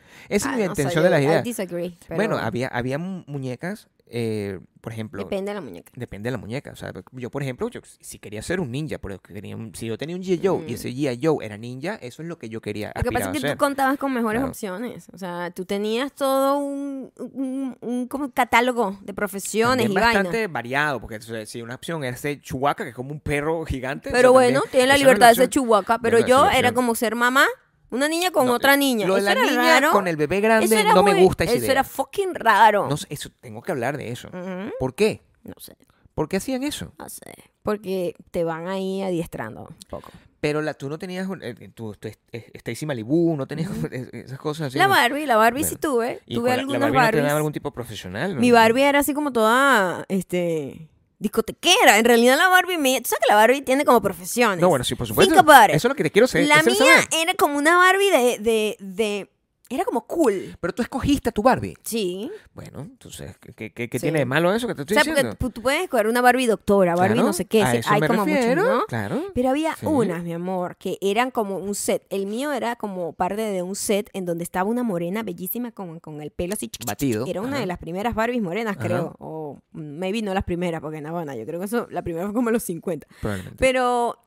Speaker 1: Ah,
Speaker 3: Esa es mi
Speaker 1: no, o sea, yo-
Speaker 3: intención de las
Speaker 1: I
Speaker 3: ideas.
Speaker 1: disagree, pero
Speaker 3: Bueno, había, había mu- muñecas, eh, por ejemplo...
Speaker 1: Depende de la muñeca.
Speaker 3: Depende de la muñeca. O sea, yo, por ejemplo, yo, si quería ser un ninja, pero que tenía un- si yo tenía un G.I. Joe
Speaker 1: Mm.
Speaker 3: y ese G.I. Joe era ninja, eso es lo que yo quería.
Speaker 1: Lo que pasa es
Speaker 3: aspiraba a
Speaker 1: que tú
Speaker 3: ser.
Speaker 1: contabas con mejores
Speaker 3: Claro.
Speaker 1: opciones. O sea, tú tenías todo un, un- un como catálogo de profesiones
Speaker 3: También
Speaker 1: y vainas.
Speaker 3: bastante variado, porque o sea, si una opción era ser Chewbacca, que es como un perro gigante. o sea,
Speaker 1: Pero bueno,
Speaker 3: también,
Speaker 1: tiene la
Speaker 3: esa no es
Speaker 1: libertad de ser
Speaker 3: opción.
Speaker 1: Chihuahua, pero
Speaker 3: Bueno, esa
Speaker 1: yo
Speaker 3: es la
Speaker 1: era
Speaker 3: opción.
Speaker 1: como ser mamá, una niña con
Speaker 3: No, eh,
Speaker 1: otra niña.
Speaker 3: Lo de
Speaker 1: eso
Speaker 3: la
Speaker 1: era
Speaker 3: niña
Speaker 1: raro.
Speaker 3: con el bebé
Speaker 1: Eso
Speaker 3: grande
Speaker 1: era
Speaker 3: no me
Speaker 1: muy-
Speaker 3: gusta esa
Speaker 1: Eso
Speaker 3: idea.
Speaker 1: era fucking raro.
Speaker 3: No sé, eso, tengo que hablar de eso.
Speaker 1: Ujú,
Speaker 3: ¿Por qué?
Speaker 1: no sé,
Speaker 3: ¿Por qué hacían eso?
Speaker 1: no sé. Porque te van ahí adiestrando un poco.
Speaker 3: Pero la, tú no tenías. un- eh, tú, tú- eh, Stacy Malibu, no tenías eh, esas cosas. así,
Speaker 1: la
Speaker 3: ¿no?
Speaker 1: Barbie, la Barbie sí
Speaker 3: Bueno,
Speaker 1: tuve.
Speaker 3: Y
Speaker 1: Tuve
Speaker 3: con la-
Speaker 1: algunas
Speaker 3: la, Barbie no te
Speaker 1: Barbies.
Speaker 3: daba algún tipo profesional.
Speaker 1: Mi
Speaker 3: ¿no?
Speaker 1: Barbie era así como toda, este, discotequera. En realidad la Barbie, me... tú sabes que la Barbie tiene como profesiones.
Speaker 3: No, bueno, sí, por supuesto.
Speaker 1: Think about it.
Speaker 3: Eso es lo que te quiero hacer.
Speaker 1: la
Speaker 3: hacer
Speaker 1: mía
Speaker 3: saber.
Speaker 1: era como una Barbie de, de, de, era como cool.
Speaker 3: Pero tú escogiste a tu Barbie.
Speaker 1: Sí.
Speaker 3: Bueno, entonces, ¿qué, qué- qué- qué
Speaker 1: Sí.
Speaker 3: tiene de malo eso que te
Speaker 1: O
Speaker 3: estoy
Speaker 1: sea, porque
Speaker 3: diciendo?
Speaker 1: tú- tú puedes escoger una Barbie doctora, Barbie
Speaker 3: Claro,
Speaker 1: no sé qué,
Speaker 3: a
Speaker 1: sí,
Speaker 3: eso
Speaker 1: hay
Speaker 3: me
Speaker 1: como mucho,
Speaker 3: refiero,
Speaker 1: ¿no?
Speaker 3: Claro.
Speaker 1: Pero había
Speaker 3: Sí.
Speaker 1: unas, mi amor, que eran como un set. El mío era como parte de un set en donde estaba una morena bellísima con, con el pelo así. chiqui-
Speaker 3: Batido.
Speaker 1: Era una
Speaker 3: Ajá.
Speaker 1: de las primeras Barbies morenas,
Speaker 3: Ajá.
Speaker 1: creo. O maybe no las primeras, porque no, bueno, yo creo que eso, la primera fue como a los 50.
Speaker 3: Probablemente.
Speaker 1: Pero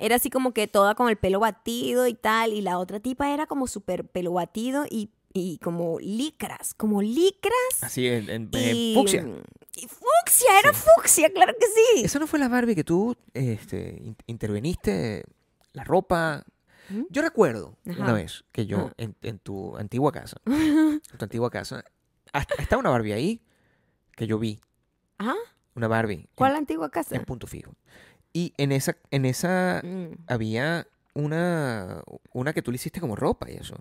Speaker 1: era así como que toda con el pelo batido y tal. Y la otra tipa era como súper pelo batido y, y como licras, como licras.
Speaker 3: Así, en, en- en
Speaker 1: Y,
Speaker 3: fucsia.
Speaker 1: y fucsia, era fucsia, claro que sí.
Speaker 3: Esa no fue la Barbie que tú este, in- interveniste la ropa.
Speaker 1: ¿Mm?
Speaker 3: Yo recuerdo
Speaker 1: Ajá. Ah.
Speaker 3: una vez que yo
Speaker 1: Ajá.
Speaker 3: en, en tu antigua casa, en tu antigua casa, hasta- estaba una Barbie ahí que yo vi,
Speaker 1: Ajá.
Speaker 3: una Barbie en-
Speaker 1: Ah. ¿Cuál antigua casa?
Speaker 3: en, punto fijo. Y en esa en esa
Speaker 1: Mm,
Speaker 3: había una una que tú le hiciste como ropa y eso.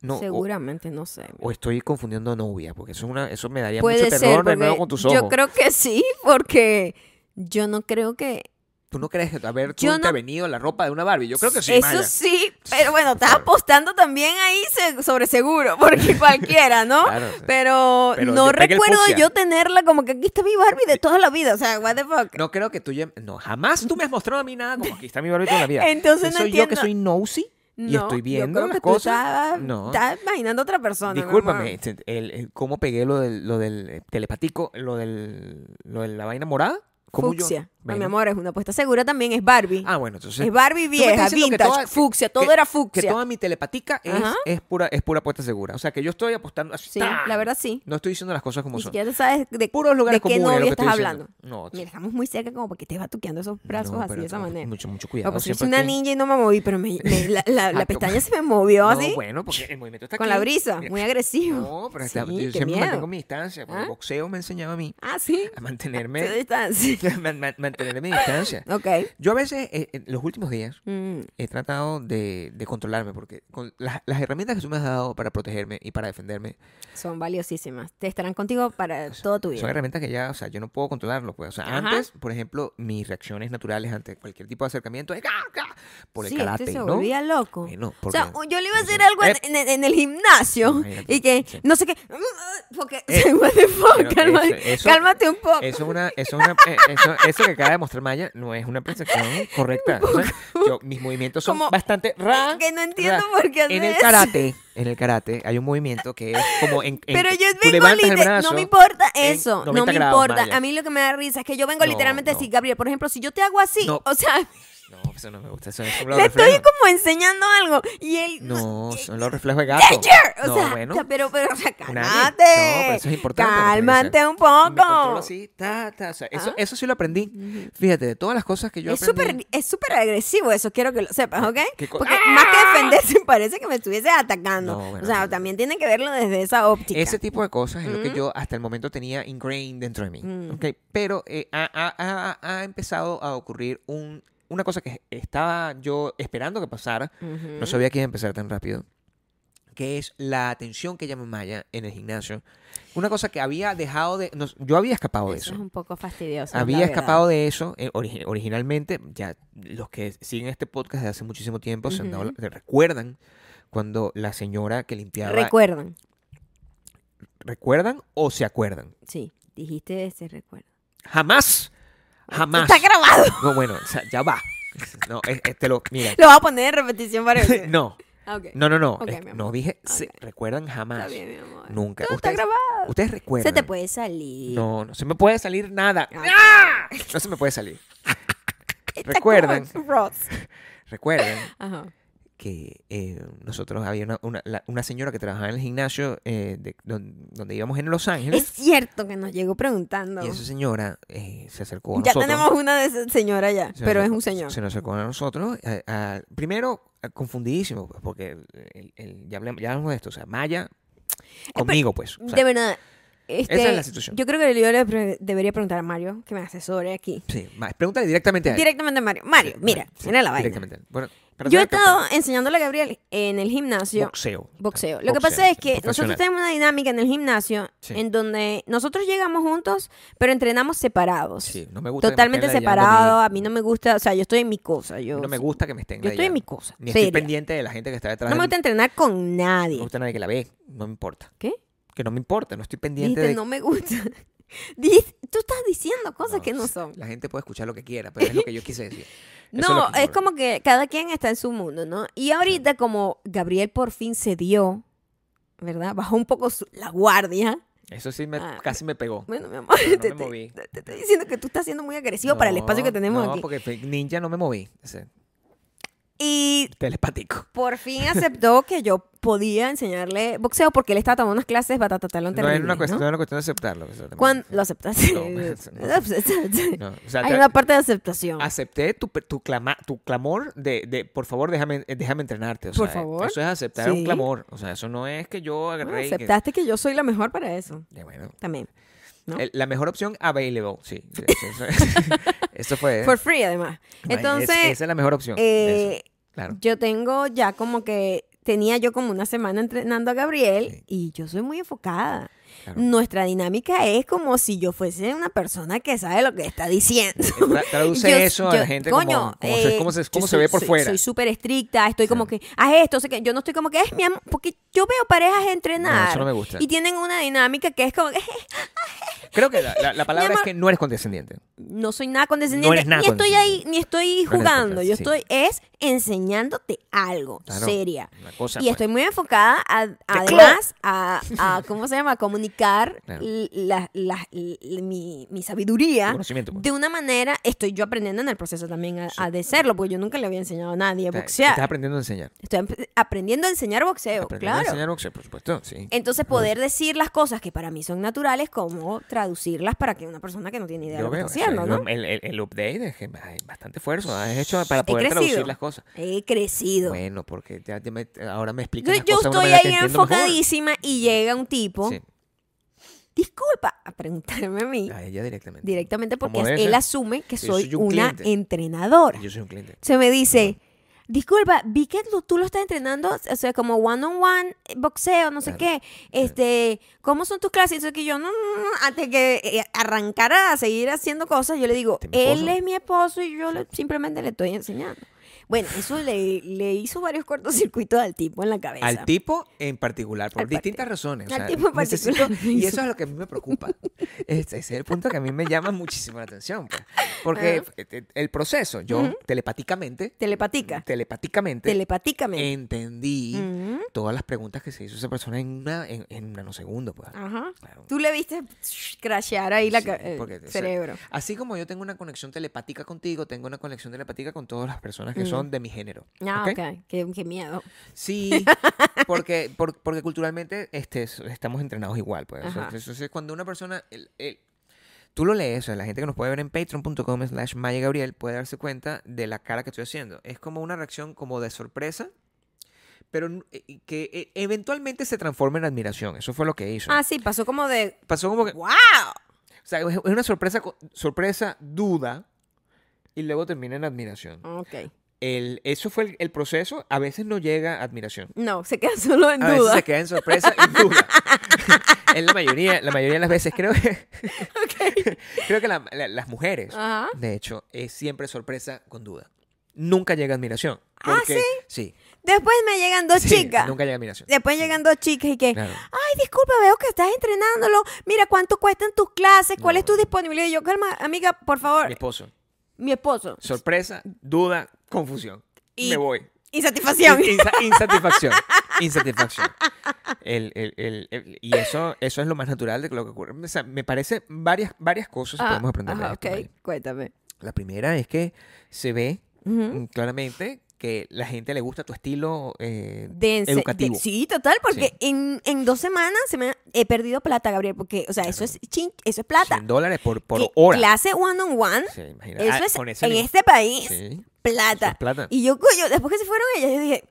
Speaker 3: No, o-
Speaker 1: seguramente, no sé.
Speaker 3: O, estoy confundiendo novia, porque eso es una eso me daría
Speaker 1: Puede
Speaker 3: mucho
Speaker 1: ser,
Speaker 3: terror de nuevo
Speaker 1: porque
Speaker 3: con tus ojos.
Speaker 1: yo creo que sí, porque yo no creo que...
Speaker 3: Tú no crees que haber tú
Speaker 1: Yo no-
Speaker 3: intervenido en la ropa de una Barbie. Yo creo que sí,
Speaker 1: Eso
Speaker 3: Maya.
Speaker 1: sí, pero bueno,
Speaker 3: Por
Speaker 1: estás
Speaker 3: favor.
Speaker 1: apostando también ahí se- sobre seguro, porque cualquiera, ¿no?
Speaker 3: Claro, sí.
Speaker 1: Pero,
Speaker 3: Pero
Speaker 1: no
Speaker 3: yo pegué el
Speaker 1: recuerdo
Speaker 3: fucsia.
Speaker 1: yo tenerla como que aquí está mi Barbie de toda la vida, o sea, what the fuck.
Speaker 3: No creo que tú ya... No, jamás tú me has mostrado a mí nada como aquí está mi Barbie toda la vida.
Speaker 1: Entonces no
Speaker 3: soy yo que
Speaker 1: entiendo.
Speaker 3: soy nosy y
Speaker 1: No,
Speaker 3: estoy
Speaker 1: yo
Speaker 3: viendo
Speaker 1: creo
Speaker 3: las
Speaker 1: que tú
Speaker 3: cosas.
Speaker 1: estabas-
Speaker 3: no.
Speaker 1: estabas imaginando a otra persona. mi amor.
Speaker 3: Discúlpame, este, el, el- cómo pegué lo del, lo del eh, telepático, lo del, lo de la vaina morada. ¿Cómo yo-
Speaker 1: Fucsia. No, mi
Speaker 3: Bueno.
Speaker 1: amor, es una apuesta segura también, es Barbie.
Speaker 3: Ah, bueno, entonces.
Speaker 1: es Barbie
Speaker 3: me estás
Speaker 1: vieja,
Speaker 3: diciendo que
Speaker 1: vintage,
Speaker 3: toda- que-
Speaker 1: fucsia, todo
Speaker 3: que-
Speaker 1: era
Speaker 3: que
Speaker 1: fucsia.
Speaker 3: toda mi telepatica es,
Speaker 1: Ajá.
Speaker 3: es pura es pura apuesta segura. O sea, que yo estoy apostando así.
Speaker 1: Sí,
Speaker 3: ¡tan!
Speaker 1: la verdad sí.
Speaker 3: No estoy diciendo las cosas como
Speaker 1: Ni
Speaker 3: son.
Speaker 1: siquiera sabes de,
Speaker 3: Puros
Speaker 1: de
Speaker 3: lugares
Speaker 1: qué
Speaker 3: comunes.
Speaker 1: novio
Speaker 3: lo que
Speaker 1: estás
Speaker 3: estoy
Speaker 1: hablando.
Speaker 3: diciendo. No,
Speaker 1: Mira, estamos muy cerca como porque te va tuqueando esos brazos
Speaker 3: no,
Speaker 1: así,
Speaker 3: pero
Speaker 1: de esa
Speaker 3: no,
Speaker 1: manera.
Speaker 3: Mucho, mucho
Speaker 1: Lo
Speaker 3: cuidado.
Speaker 1: pues yo soy
Speaker 3: siempre
Speaker 1: una
Speaker 3: tú-
Speaker 1: ninja y no me moví, pero me- me- la, la- la
Speaker 3: Ah, tú-
Speaker 1: pestaña se me movió
Speaker 3: No,
Speaker 1: así,
Speaker 3: bueno, porque el movimiento está
Speaker 1: con
Speaker 3: aquí.
Speaker 1: la brisa,
Speaker 3: Mira,
Speaker 1: muy agresivo.
Speaker 3: No, pero
Speaker 1: Sí,
Speaker 3: está-
Speaker 1: qué
Speaker 3: yo siempre
Speaker 1: miedo.
Speaker 3: mantengo mi distancia. porque
Speaker 1: ¿Ah?
Speaker 3: El boxeo me enseñaba a mí
Speaker 1: Ah, sí.
Speaker 3: a
Speaker 1: Me...
Speaker 3: mantenerme,
Speaker 1: distancia.
Speaker 3: man- man- mantenerme mi distancia.
Speaker 1: Ok.
Speaker 3: Yo a veces, eh, en los últimos días,
Speaker 1: Mm,
Speaker 3: he tratado de, de controlarme porque con las, las herramientas que tú me has dado para protegerme y para defenderme
Speaker 1: son valiosísimas. Te estarán contigo para todo tu
Speaker 3: son
Speaker 1: vida.
Speaker 3: herramientas que ya, o sea, yo no puedo controlarlo. Pues. O sea,
Speaker 1: Ajá.
Speaker 3: antes, por ejemplo, mis reacciones naturales ante cualquier tipo de acercamiento es ¡ga, ga! por el
Speaker 1: sí,
Speaker 3: karate,
Speaker 1: este se
Speaker 3: ¿no?
Speaker 1: volvía loco.
Speaker 3: Bueno,
Speaker 1: O
Speaker 3: porque-
Speaker 1: sea, o- yo le iba a
Speaker 3: porque-
Speaker 1: hacer algo en,
Speaker 3: ¡Eh!
Speaker 1: en- en- en el gimnasio
Speaker 3: Imagínate,
Speaker 1: y que
Speaker 3: sí.
Speaker 1: no sé qué. mm, Porque
Speaker 3: Eh,
Speaker 1: se me
Speaker 3: pero
Speaker 1: cálmate,
Speaker 3: eso- eso-
Speaker 1: cálmate un poco.
Speaker 3: Eso es una, eso es una, eh, eso, eso que acaba de mostrar Maya no es una percepción correcta. O sea, yo- mis movimientos son
Speaker 1: Como-
Speaker 3: bastante ra,
Speaker 1: que no entiendo
Speaker 3: ra.
Speaker 1: por qué haces
Speaker 3: En el
Speaker 1: eso.
Speaker 3: karate, en el karate hay un movimiento que es como en, en-
Speaker 1: Pero yo
Speaker 3: tú
Speaker 1: vengo
Speaker 3: levantas el
Speaker 1: liter-
Speaker 3: brazo
Speaker 1: no me importa
Speaker 3: en
Speaker 1: eso, no
Speaker 3: 90
Speaker 1: me
Speaker 3: grados,
Speaker 1: importa.
Speaker 3: Maya.
Speaker 1: A mí lo que me da risa es que yo vengo
Speaker 3: No,
Speaker 1: literalmente
Speaker 3: no.
Speaker 1: así, Gabriel, por ejemplo, si yo te hago así,
Speaker 3: No.
Speaker 1: o sea,
Speaker 3: No, eso no me gusta, eso es como los
Speaker 1: le estoy
Speaker 3: reflejos.
Speaker 1: como enseñando algo y él
Speaker 3: No, son los reflejos de gato.
Speaker 1: Teacher, O
Speaker 3: No,
Speaker 1: sea,
Speaker 3: bueno.
Speaker 1: o sea, pero, pero, o sea,
Speaker 3: Una-
Speaker 1: cálmate.
Speaker 3: No, pero eso es importante. porque, o sea,
Speaker 1: Cálmate un
Speaker 3: Me controlo
Speaker 1: poco.
Speaker 3: así, ta, ta, o sea,
Speaker 1: Ah.
Speaker 3: eso, eso sí lo aprendí. Fíjate, de todas las cosas que yo
Speaker 1: Es
Speaker 3: aprendí.
Speaker 1: súper es súper agresivo eso, quiero que lo sepas, ¿ok?
Speaker 3: ¿Qué co- ¡Ah!
Speaker 1: Porque más que defenderse parece que me estuviese atacando.
Speaker 3: No, bueno,
Speaker 1: o sea,
Speaker 3: no.
Speaker 1: también tiene que verlo desde esa óptica.
Speaker 3: Ese tipo de cosas es lo que yo hasta el momento tenía ingrained dentro de mí.
Speaker 1: Mm.
Speaker 3: ¿ok? Pero eh, ha, ha- ha- ha empezado a ocurrir un- una cosa que estaba yo esperando que pasara. No sabía que iba a empezar tan rápido. Que es la atención que llama Maya en el gimnasio. Una cosa que había dejado de. no, yo había escapado de
Speaker 1: Eso
Speaker 3: eso.
Speaker 1: es un poco fastidioso.
Speaker 3: Había escapado de eso eh, origi- originalmente. Ya los que siguen este podcast desde hace muchísimo tiempo se, han dado
Speaker 1: Ujú.
Speaker 3: la- se recuerdan cuando la señora que limpiaba.
Speaker 1: Recuerdan.
Speaker 3: ¿Recuerdan o se acuerdan?
Speaker 1: Sí, dijiste ese recuerdo.
Speaker 3: Jamás. Jamás.
Speaker 1: Está grabado.
Speaker 3: No, bueno, o sea, ya va. No, es- es- te lo. Mira.
Speaker 1: Lo voy a poner en repetición para que-
Speaker 3: No,
Speaker 1: Ah, ok.
Speaker 3: no, no, no.
Speaker 1: Ok,
Speaker 3: es-
Speaker 1: mi amor.
Speaker 3: no dije. se- recuerdan jamás.
Speaker 1: Está bien, mi amor.
Speaker 3: Nunca.
Speaker 1: Todo está
Speaker 3: Ustedes-
Speaker 1: grabado.
Speaker 3: Ustedes recuerdan.
Speaker 1: Se te puede salir.
Speaker 3: No, no se me puede salir nada.
Speaker 1: Ah,
Speaker 3: ¡Ah! No se me puede salir.
Speaker 1: Está
Speaker 3: recuerdan.
Speaker 1: como Ross.
Speaker 3: Recuerden
Speaker 1: Ajá.
Speaker 3: que eh, nosotros había una, una- la- una señora que trabajaba en el gimnasio eh, de- don- donde íbamos en Los
Speaker 1: Es
Speaker 3: Ángeles.
Speaker 1: cierto que nos llegó preguntando.
Speaker 3: Y esa señora eh, se acercó a
Speaker 1: ya
Speaker 3: nosotros.
Speaker 1: tenemos una de esa señora ya,
Speaker 3: Se
Speaker 1: pero
Speaker 3: nos
Speaker 1: es
Speaker 3: acercó-
Speaker 1: un señor.
Speaker 3: Se nos acercó a nosotros. a- a- primero, a- confundidísimo, pues, porque el- el- ya, hablamos, ya hablamos de esto. O sea, Maya, conmigo, pues. o sea,
Speaker 1: Eh, de verdad. este,
Speaker 3: esa es la situación.
Speaker 1: Yo creo que yo le pre- debería preguntar a Mario que me asesore aquí.
Speaker 3: sí, ma- pregúntale directamente a él.
Speaker 1: Directamente a Mario. Mario,
Speaker 3: Sí,
Speaker 1: mira,
Speaker 3: sí,
Speaker 1: mira la vaina.
Speaker 3: directamente a él. Bueno, para
Speaker 1: Yo he
Speaker 3: hacer
Speaker 1: estado enseñándole a Gabriel en el gimnasio
Speaker 3: boxeo.
Speaker 1: boxeo. Lo que
Speaker 3: Boxeo,
Speaker 1: pasa es que nosotros
Speaker 3: profesional.
Speaker 1: tenemos una dinámica en el gimnasio
Speaker 3: Sí.
Speaker 1: en donde nosotros llegamos juntos, pero entrenamos separados.
Speaker 3: Sí, no me gusta que me
Speaker 1: Totalmente
Speaker 3: estén ladillando
Speaker 1: separado,
Speaker 3: mi-
Speaker 1: a mí no me gusta, o sea, yo estoy en mi cosa, yo,
Speaker 3: No me gusta que me estén
Speaker 1: yo estoy en
Speaker 3: ladillando.
Speaker 1: mi cosa.
Speaker 3: Ni
Speaker 1: seria.
Speaker 3: estoy pendiente de la gente que está detrás
Speaker 1: No me
Speaker 3: de mí.
Speaker 1: gusta entrenar con
Speaker 3: No me
Speaker 1: nadie.
Speaker 3: gusta nadie que la ve. No me importa.
Speaker 1: ¿Qué?
Speaker 3: Que no me importa. No estoy pendiente
Speaker 1: Dijiste,
Speaker 3: de...
Speaker 1: no me gusta. Dijiste- tú estás diciendo cosas
Speaker 3: No,
Speaker 1: que no son.
Speaker 3: La gente puede escuchar lo que quiera, pero es lo que yo quise decir. Eso es lo
Speaker 1: No,
Speaker 3: que
Speaker 1: es,
Speaker 3: yo-
Speaker 1: como que cada quien está en su mundo, ¿no? Y ahorita como Gabriel por fin se dio, ¿verdad? Bajó un poco su- la guardia.
Speaker 3: Eso sí me,
Speaker 1: Ah,
Speaker 3: casi me pegó.
Speaker 1: Bueno, mi amor,
Speaker 3: Pero no
Speaker 1: te,
Speaker 3: me
Speaker 1: te-
Speaker 3: moví.
Speaker 1: te- te estoy diciendo que tú estás siendo muy agresivo para el espacio que
Speaker 3: No,
Speaker 1: tenemos
Speaker 3: no,
Speaker 1: aquí.
Speaker 3: porque fue- ninja no me moví. O sea,
Speaker 1: Y
Speaker 3: telepático.
Speaker 1: por fin aceptó que yo podía enseñarle boxeo porque él estaba tomando unas clases batata talón
Speaker 3: No es
Speaker 1: terrible.
Speaker 3: una cuestión,
Speaker 1: ¿no?
Speaker 3: no es una cuestión de aceptarlo. o sea, también.
Speaker 1: Cuando lo aceptaste.
Speaker 3: No, no, no. No, o sea,
Speaker 1: Hay
Speaker 3: te-
Speaker 1: una parte de aceptación.
Speaker 3: Acepté tu, pe- tu, clama- tu clamor de, de, por favor, déjame, eh, déjame entrenarte. o
Speaker 1: Por
Speaker 3: sea,
Speaker 1: favor.
Speaker 3: Eso es aceptar
Speaker 1: Sí.
Speaker 3: un clamor. O sea, eso no es que yo
Speaker 1: Ah,
Speaker 3: agarré. y que-
Speaker 1: aceptaste que yo soy la mejor para eso.
Speaker 3: Ya, bueno.
Speaker 1: También. ¿no?
Speaker 3: El- la mejor opción, available. Sí. sí, sí, eso, eso fue.
Speaker 1: For free, además.
Speaker 3: Eh. Bueno, es-
Speaker 1: Entonces,
Speaker 3: esa es la mejor opción.
Speaker 1: eh,
Speaker 3: eso, claro.
Speaker 1: yo tengo ya como que. Tenía yo como una semana entrenando a Gabriel
Speaker 3: Sí.
Speaker 1: y yo soy muy enfocada.
Speaker 3: claro.
Speaker 1: Nuestra dinámica es como si yo fuese una persona que sabe lo que está diciendo.
Speaker 3: Tra- traduce
Speaker 1: Yo-
Speaker 3: eso
Speaker 1: yo-
Speaker 3: a la gente
Speaker 1: coño,
Speaker 3: como, como se,
Speaker 1: eh,
Speaker 3: cómo se, cómo
Speaker 1: yo
Speaker 3: se ve
Speaker 1: soy-
Speaker 3: por
Speaker 1: soy-
Speaker 3: fuera.
Speaker 1: Soy súper estricta, estoy como que, haz esto, o sea, que yo no estoy como que, es mi amor, porque yo veo parejas entrenar.
Speaker 3: no me gusta.
Speaker 1: Y tienen una dinámica que es como que,
Speaker 3: Creo que la, la- la palabra
Speaker 1: amor.
Speaker 3: es que no eres condescendiente.
Speaker 1: no soy nada condescendiente,
Speaker 3: nada
Speaker 1: ni estoy ahí, ni estoy
Speaker 3: No eres
Speaker 1: jugando, yo
Speaker 3: condescendiente,
Speaker 1: estoy, es enseñándote algo,
Speaker 3: Claro,
Speaker 1: seria.
Speaker 3: una cosa,
Speaker 1: Y
Speaker 3: pues.
Speaker 1: estoy muy enfocada, a-
Speaker 3: Tecleo.
Speaker 1: además, a, a, ¿cómo se llama? A comunicar
Speaker 3: Claro.
Speaker 1: l- la- la- l- mi, mi sabiduría
Speaker 3: Tu conocimiento, pues.
Speaker 1: de una manera. Estoy yo aprendiendo en el proceso también a,
Speaker 3: Sí.
Speaker 1: a de serlo, porque yo nunca le había enseñado a nadie a
Speaker 3: Está-
Speaker 1: boxear.
Speaker 3: Estás aprendiendo a enseñar.
Speaker 1: Estoy ap- aprendiendo a enseñar boxeo,
Speaker 3: Aprendiendo
Speaker 1: claro.
Speaker 3: a enseñar boxeo, por supuesto, sí.
Speaker 1: Entonces, poder decir las cosas que para mí son naturales, como traducirlas para que una persona que no tiene idea de
Speaker 3: Yo
Speaker 1: lo que
Speaker 3: veo, o
Speaker 1: está
Speaker 3: sea,
Speaker 1: haciendo,
Speaker 3: lo-
Speaker 1: ¿no?
Speaker 3: el, el- el update es que hay bastante esfuerzo has hecho para poder
Speaker 1: crecido.
Speaker 3: traducir las cosas.
Speaker 1: He crecido.
Speaker 3: Bueno, porque ya te met- ahora me explicas
Speaker 1: Entonces,
Speaker 3: las
Speaker 1: yo
Speaker 3: cosas de una
Speaker 1: estoy
Speaker 3: manera que
Speaker 1: ahí
Speaker 3: entiendo mejor.
Speaker 1: enfocadísima y llega un tipo,
Speaker 3: Sí,
Speaker 1: disculpa, a preguntarme a mí
Speaker 3: a ella directamente.
Speaker 1: directamente porque
Speaker 3: Como debe
Speaker 1: él
Speaker 3: ser.
Speaker 1: asume que
Speaker 3: Yo
Speaker 1: soy,
Speaker 3: soy un
Speaker 1: una
Speaker 3: cliente.
Speaker 1: entrenadora.
Speaker 3: Yo soy un cliente.
Speaker 1: Se me dice, disculpa, vi que tú, tú lo estás entrenando, o sea, como one on one, eh, boxeo, no sé
Speaker 3: Claro,
Speaker 1: qué. Este, ¿cómo son tus clases? Entonces que yo, no, no, no, antes que eh, arrancara a seguir haciendo cosas, yo le digo,
Speaker 3: Este, mi
Speaker 1: él
Speaker 3: esposo".
Speaker 1: es mi esposo y yo le- simplemente le estoy enseñando. Bueno, eso le, le hizo varios cortocircuitos al tipo en la cabeza.
Speaker 3: Al tipo en particular, por
Speaker 1: Al
Speaker 3: distintas razones. o
Speaker 1: Al
Speaker 3: sea,
Speaker 1: tipo en
Speaker 3: necesito-
Speaker 1: particular.
Speaker 3: y eso es lo que a mí me preocupa. Este, ese es el punto que a mí me llama muchísimo la atención. pues. Porque eh, el proceso, yo telepáticamente,
Speaker 1: Telepatica.
Speaker 3: telepáticamente,
Speaker 1: Telepáticamente.
Speaker 3: entendí
Speaker 1: Ujú.
Speaker 3: todas las preguntas que se hizo esa persona en, una, en, en un nanosegundo. Pues.
Speaker 1: Ajá.
Speaker 3: Claro.
Speaker 1: Tú le viste shh, crashear ahí la,
Speaker 3: Sí,
Speaker 1: ca- el
Speaker 3: porque, o sea,
Speaker 1: cerebro.
Speaker 3: Así como yo tengo una conexión telepática contigo, tengo una conexión telepática con todas las personas que son de mi género.
Speaker 1: Ah,
Speaker 3: ¿ok?
Speaker 1: ok. Qué, qué miedo.
Speaker 3: Sí, porque, por- porque culturalmente este, so- estamos entrenados igual. Pues. O sea,
Speaker 1: Ajá.
Speaker 3: Entonces, cuando una persona... el- el- tú lo lees, o sea, la gente que nos puede ver en patreon.com slash Maya Gabriel puede darse cuenta de la cara que estoy haciendo. Es como una reacción como de sorpresa, pero n- eh, que eh, eventualmente se transforma en admiración. Eso fue lo que hizo.
Speaker 1: Ah, sí, pasó como de
Speaker 3: Pasó como que...
Speaker 1: ¡Wow!
Speaker 3: O sea, es es una sorpresa, co- sorpresa, duda, y luego termina en admiración.
Speaker 1: Ok.
Speaker 3: El, eso fue el, el proceso. A veces no llega admiración.
Speaker 1: No, se queda solo en
Speaker 3: A veces
Speaker 1: duda.
Speaker 3: se queda en sorpresa y duda. en la mayoría, la mayoría de las veces creo que, creo que la- la- las mujeres,
Speaker 1: Ajá.
Speaker 3: de hecho, es siempre sorpresa con duda. Nunca llega admiración.
Speaker 1: Ah,
Speaker 3: Porque, sí.
Speaker 1: Después me llegan dos
Speaker 3: sí,
Speaker 1: chicas.
Speaker 3: Nunca llega admiración.
Speaker 1: Después llegan dos chicas y que,
Speaker 3: Claro.
Speaker 1: ay, disculpa, veo que estás entrenándolo. Mira cuánto cuestan tus clases, cuál
Speaker 3: No,
Speaker 1: es tu
Speaker 3: no.
Speaker 1: disponibilidad. Y yo, calma, amiga, por
Speaker 3: Mi
Speaker 1: favor,
Speaker 3: esposo.
Speaker 1: mi esposo.
Speaker 3: Sorpresa, duda, confusión.
Speaker 1: Y-
Speaker 3: Me voy.
Speaker 1: Insatisfacción.
Speaker 3: In- insa- insatisfacción. Insatisfacción. El- el- el- el- y eso, eso es lo más natural de lo que ocurre. O sea, me parece varias, varias cosas que
Speaker 1: Ah,
Speaker 3: podemos aprender de
Speaker 1: ajá,
Speaker 3: esto,
Speaker 1: ok,
Speaker 3: Mari.
Speaker 1: cuéntame.
Speaker 3: La primera es que se ve
Speaker 1: Ujú.
Speaker 3: mm, claramente que la gente le gusta tu estilo eh,
Speaker 1: De ense-
Speaker 3: educativo.
Speaker 1: de- sí, total, porque En, en dos semanas se me ha- he perdido plata, Gabriel, porque, o sea, eso es chin- eso es plata.
Speaker 3: 100 dólares por, por
Speaker 1: Cl-
Speaker 3: hora.
Speaker 1: Clase one on one,
Speaker 3: Sí, imagina.
Speaker 1: eso
Speaker 3: Ah,
Speaker 1: es
Speaker 3: con ese
Speaker 1: en
Speaker 3: nivel-
Speaker 1: este país
Speaker 3: Sí, eso
Speaker 1: plata.
Speaker 3: es plata.
Speaker 1: Y yo, coño, después que se fueron ellas, yo dije,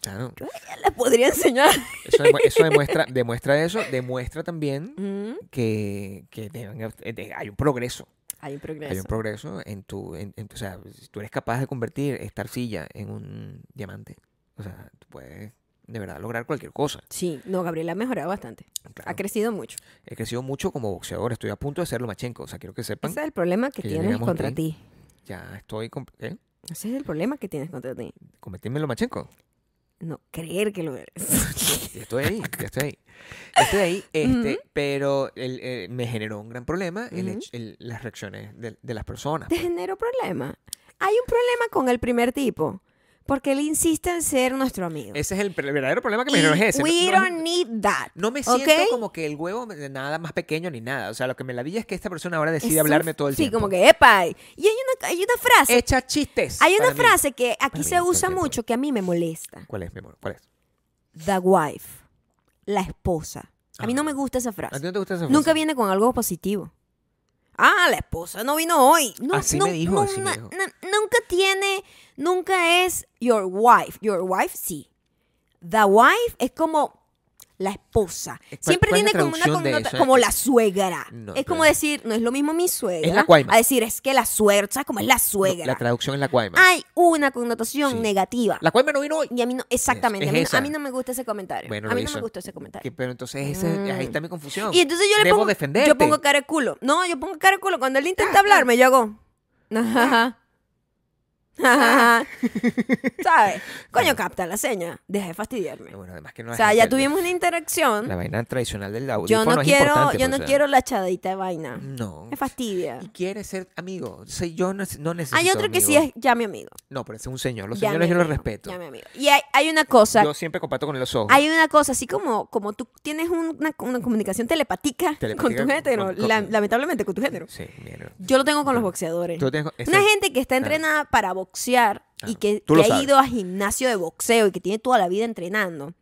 Speaker 3: Claro.
Speaker 1: ya les podría enseñar.
Speaker 3: Eso, demu- eso demuestra, demuestra eso. Demuestra también
Speaker 1: Mm,
Speaker 3: que, que deben- eh, hay un progreso.
Speaker 1: Hay un
Speaker 3: Hay
Speaker 1: progreso.
Speaker 3: un progreso en tu, en, en tu- O sea, si tú eres capaz de convertir esta arcilla en un diamante. O sea, tú puedes de verdad lograr cualquier cosa.
Speaker 1: Sí, no, Gabriela ha mejorado bastante.
Speaker 3: Claro.
Speaker 1: Ha crecido mucho.
Speaker 3: He crecido mucho como boxeador. Estoy a punto de serlo machenko. O sea, quiero que sepan.
Speaker 1: Ese es el problema que,
Speaker 3: Que ya
Speaker 1: tienes
Speaker 3: llegamos
Speaker 1: contra
Speaker 3: ahí.
Speaker 1: ti.
Speaker 3: Ya estoy. com- ¿eh?
Speaker 1: Ese es el problema que tienes contra ti.
Speaker 3: Convertirme en lo machenko.
Speaker 1: No creer que lo eres.
Speaker 3: Ya estoy ahí. Ya estoy ahí. Ya Estoy ahí. Este, Pero el- eh, me generó un gran problema el
Speaker 1: Ujú.
Speaker 3: hecho- el- las reacciones de, de las personas.
Speaker 1: te generó problema. Hay un problema con el primer tipo, porque él insiste en ser nuestro amigo.
Speaker 3: Ese es el, pre- el verdadero problema que me
Speaker 1: Y
Speaker 3: generó. Es ese.
Speaker 1: we
Speaker 3: No- no-
Speaker 1: don't need that.
Speaker 3: No me siento
Speaker 1: ¿Ok?
Speaker 3: como que el huevo de nada más pequeño ni nada. O sea, lo que me la vi es que esta persona ahora decide
Speaker 1: Es un-
Speaker 3: hablarme todo el
Speaker 1: sí,
Speaker 3: tiempo.
Speaker 1: como que, epa. Y hay una, hay una frase,
Speaker 3: Echa chistes.
Speaker 1: hay una
Speaker 3: para mí.
Speaker 1: frase que aquí
Speaker 3: Para mí,
Speaker 1: se
Speaker 3: todo el
Speaker 1: usa
Speaker 3: tiempo.
Speaker 1: mucho que a mí me molesta.
Speaker 3: ¿Cuál es, mi amor? ¿Cuál es?
Speaker 1: The wife, la esposa. A
Speaker 3: Ah.
Speaker 1: mí no me gusta esa
Speaker 3: ¿A ti
Speaker 1: frase.
Speaker 3: no te gusta esa frase?
Speaker 1: Nunca viene con algo positivo. Ah, la esposa no vino hoy. Nu-
Speaker 3: Así
Speaker 1: nu-
Speaker 3: me dijo,
Speaker 1: nu-
Speaker 3: así me
Speaker 1: na-
Speaker 3: dijo.
Speaker 1: na- Nunca tiene, nunca es your wife. Your wife sí. The wife es como la esposa.
Speaker 3: ¿Cuál-
Speaker 1: Siempre
Speaker 3: cuál es
Speaker 1: tiene
Speaker 3: la
Speaker 1: como una
Speaker 3: traducción de
Speaker 1: connota-
Speaker 3: eso?
Speaker 1: como la suegra.
Speaker 3: No,
Speaker 1: es
Speaker 3: pero-
Speaker 1: como decir, no es lo mismo mi suegra.
Speaker 3: Es la cuaima.
Speaker 1: A decir, es que la suegra, ¿sabes cómo es la
Speaker 3: No,
Speaker 1: suegra?
Speaker 3: la traducción es la cuaima.
Speaker 1: Hay una connotación
Speaker 3: Sí.
Speaker 1: negativa.
Speaker 3: La cuaima no vino hoy.
Speaker 1: Y a mí no, exactamente,
Speaker 3: es
Speaker 1: a, mí, no-
Speaker 3: esa.
Speaker 1: a mí no me gusta ese comentario.
Speaker 3: Bueno,
Speaker 1: a mí
Speaker 3: lo
Speaker 1: no me
Speaker 3: hizo.
Speaker 1: gusta ese comentario.
Speaker 3: Que- pero entonces ese- ahí está mi confusión.
Speaker 1: Mm. Y entonces yo le
Speaker 3: Debo
Speaker 1: pongo.
Speaker 3: defenderte. Ah,
Speaker 1: Yo pongo cara de culo. No, yo pongo cara de culo. Cuando él intenta hablarme, yo hago. Ajá.
Speaker 3: Ah.
Speaker 1: ¿Sabes? Coño, capta la seña. Deja de fastidiarme.
Speaker 3: Bueno, además que no
Speaker 1: O
Speaker 3: es
Speaker 1: sea, ya
Speaker 3: el-
Speaker 1: tuvimos una interacción.
Speaker 3: La vaina tradicional del audífono
Speaker 1: Yo no
Speaker 3: es
Speaker 1: quiero,
Speaker 3: importante,
Speaker 1: yo
Speaker 3: pues,
Speaker 1: no
Speaker 3: o sea,
Speaker 1: quiero la chadita de vaina.
Speaker 3: No.
Speaker 1: Me fastidia.
Speaker 3: Y quiere ser amigo. O sea, yo no, no necesito
Speaker 1: Hay otro que sí
Speaker 3: amigos.
Speaker 1: es ya mi amigo.
Speaker 3: No, pero ese es un señor. Los
Speaker 1: ya
Speaker 3: señores
Speaker 1: mi
Speaker 3: yo los
Speaker 1: amigo,
Speaker 3: respeto.
Speaker 1: ya mi amigo. Y hay, hay una cosa,
Speaker 3: yo siempre comparto con él los ojos.
Speaker 1: hay una cosa, así como, como tú tienes una, una comunicación telepática, con
Speaker 3: Telepática
Speaker 1: tu género,
Speaker 3: con- con-
Speaker 1: la- lamentablemente con tu género.
Speaker 3: Sí, mierda.
Speaker 1: Yo lo tengo con los boxeadores.
Speaker 3: Tú tienes- ese-
Speaker 1: Una gente que está
Speaker 3: claro.
Speaker 1: entrenada para boxear y
Speaker 3: Claro.
Speaker 1: que,
Speaker 3: Tú
Speaker 1: que
Speaker 3: lo
Speaker 1: ha
Speaker 3: sabes.
Speaker 1: ido a gimnasio de boxeo y que tiene toda la vida entrenando.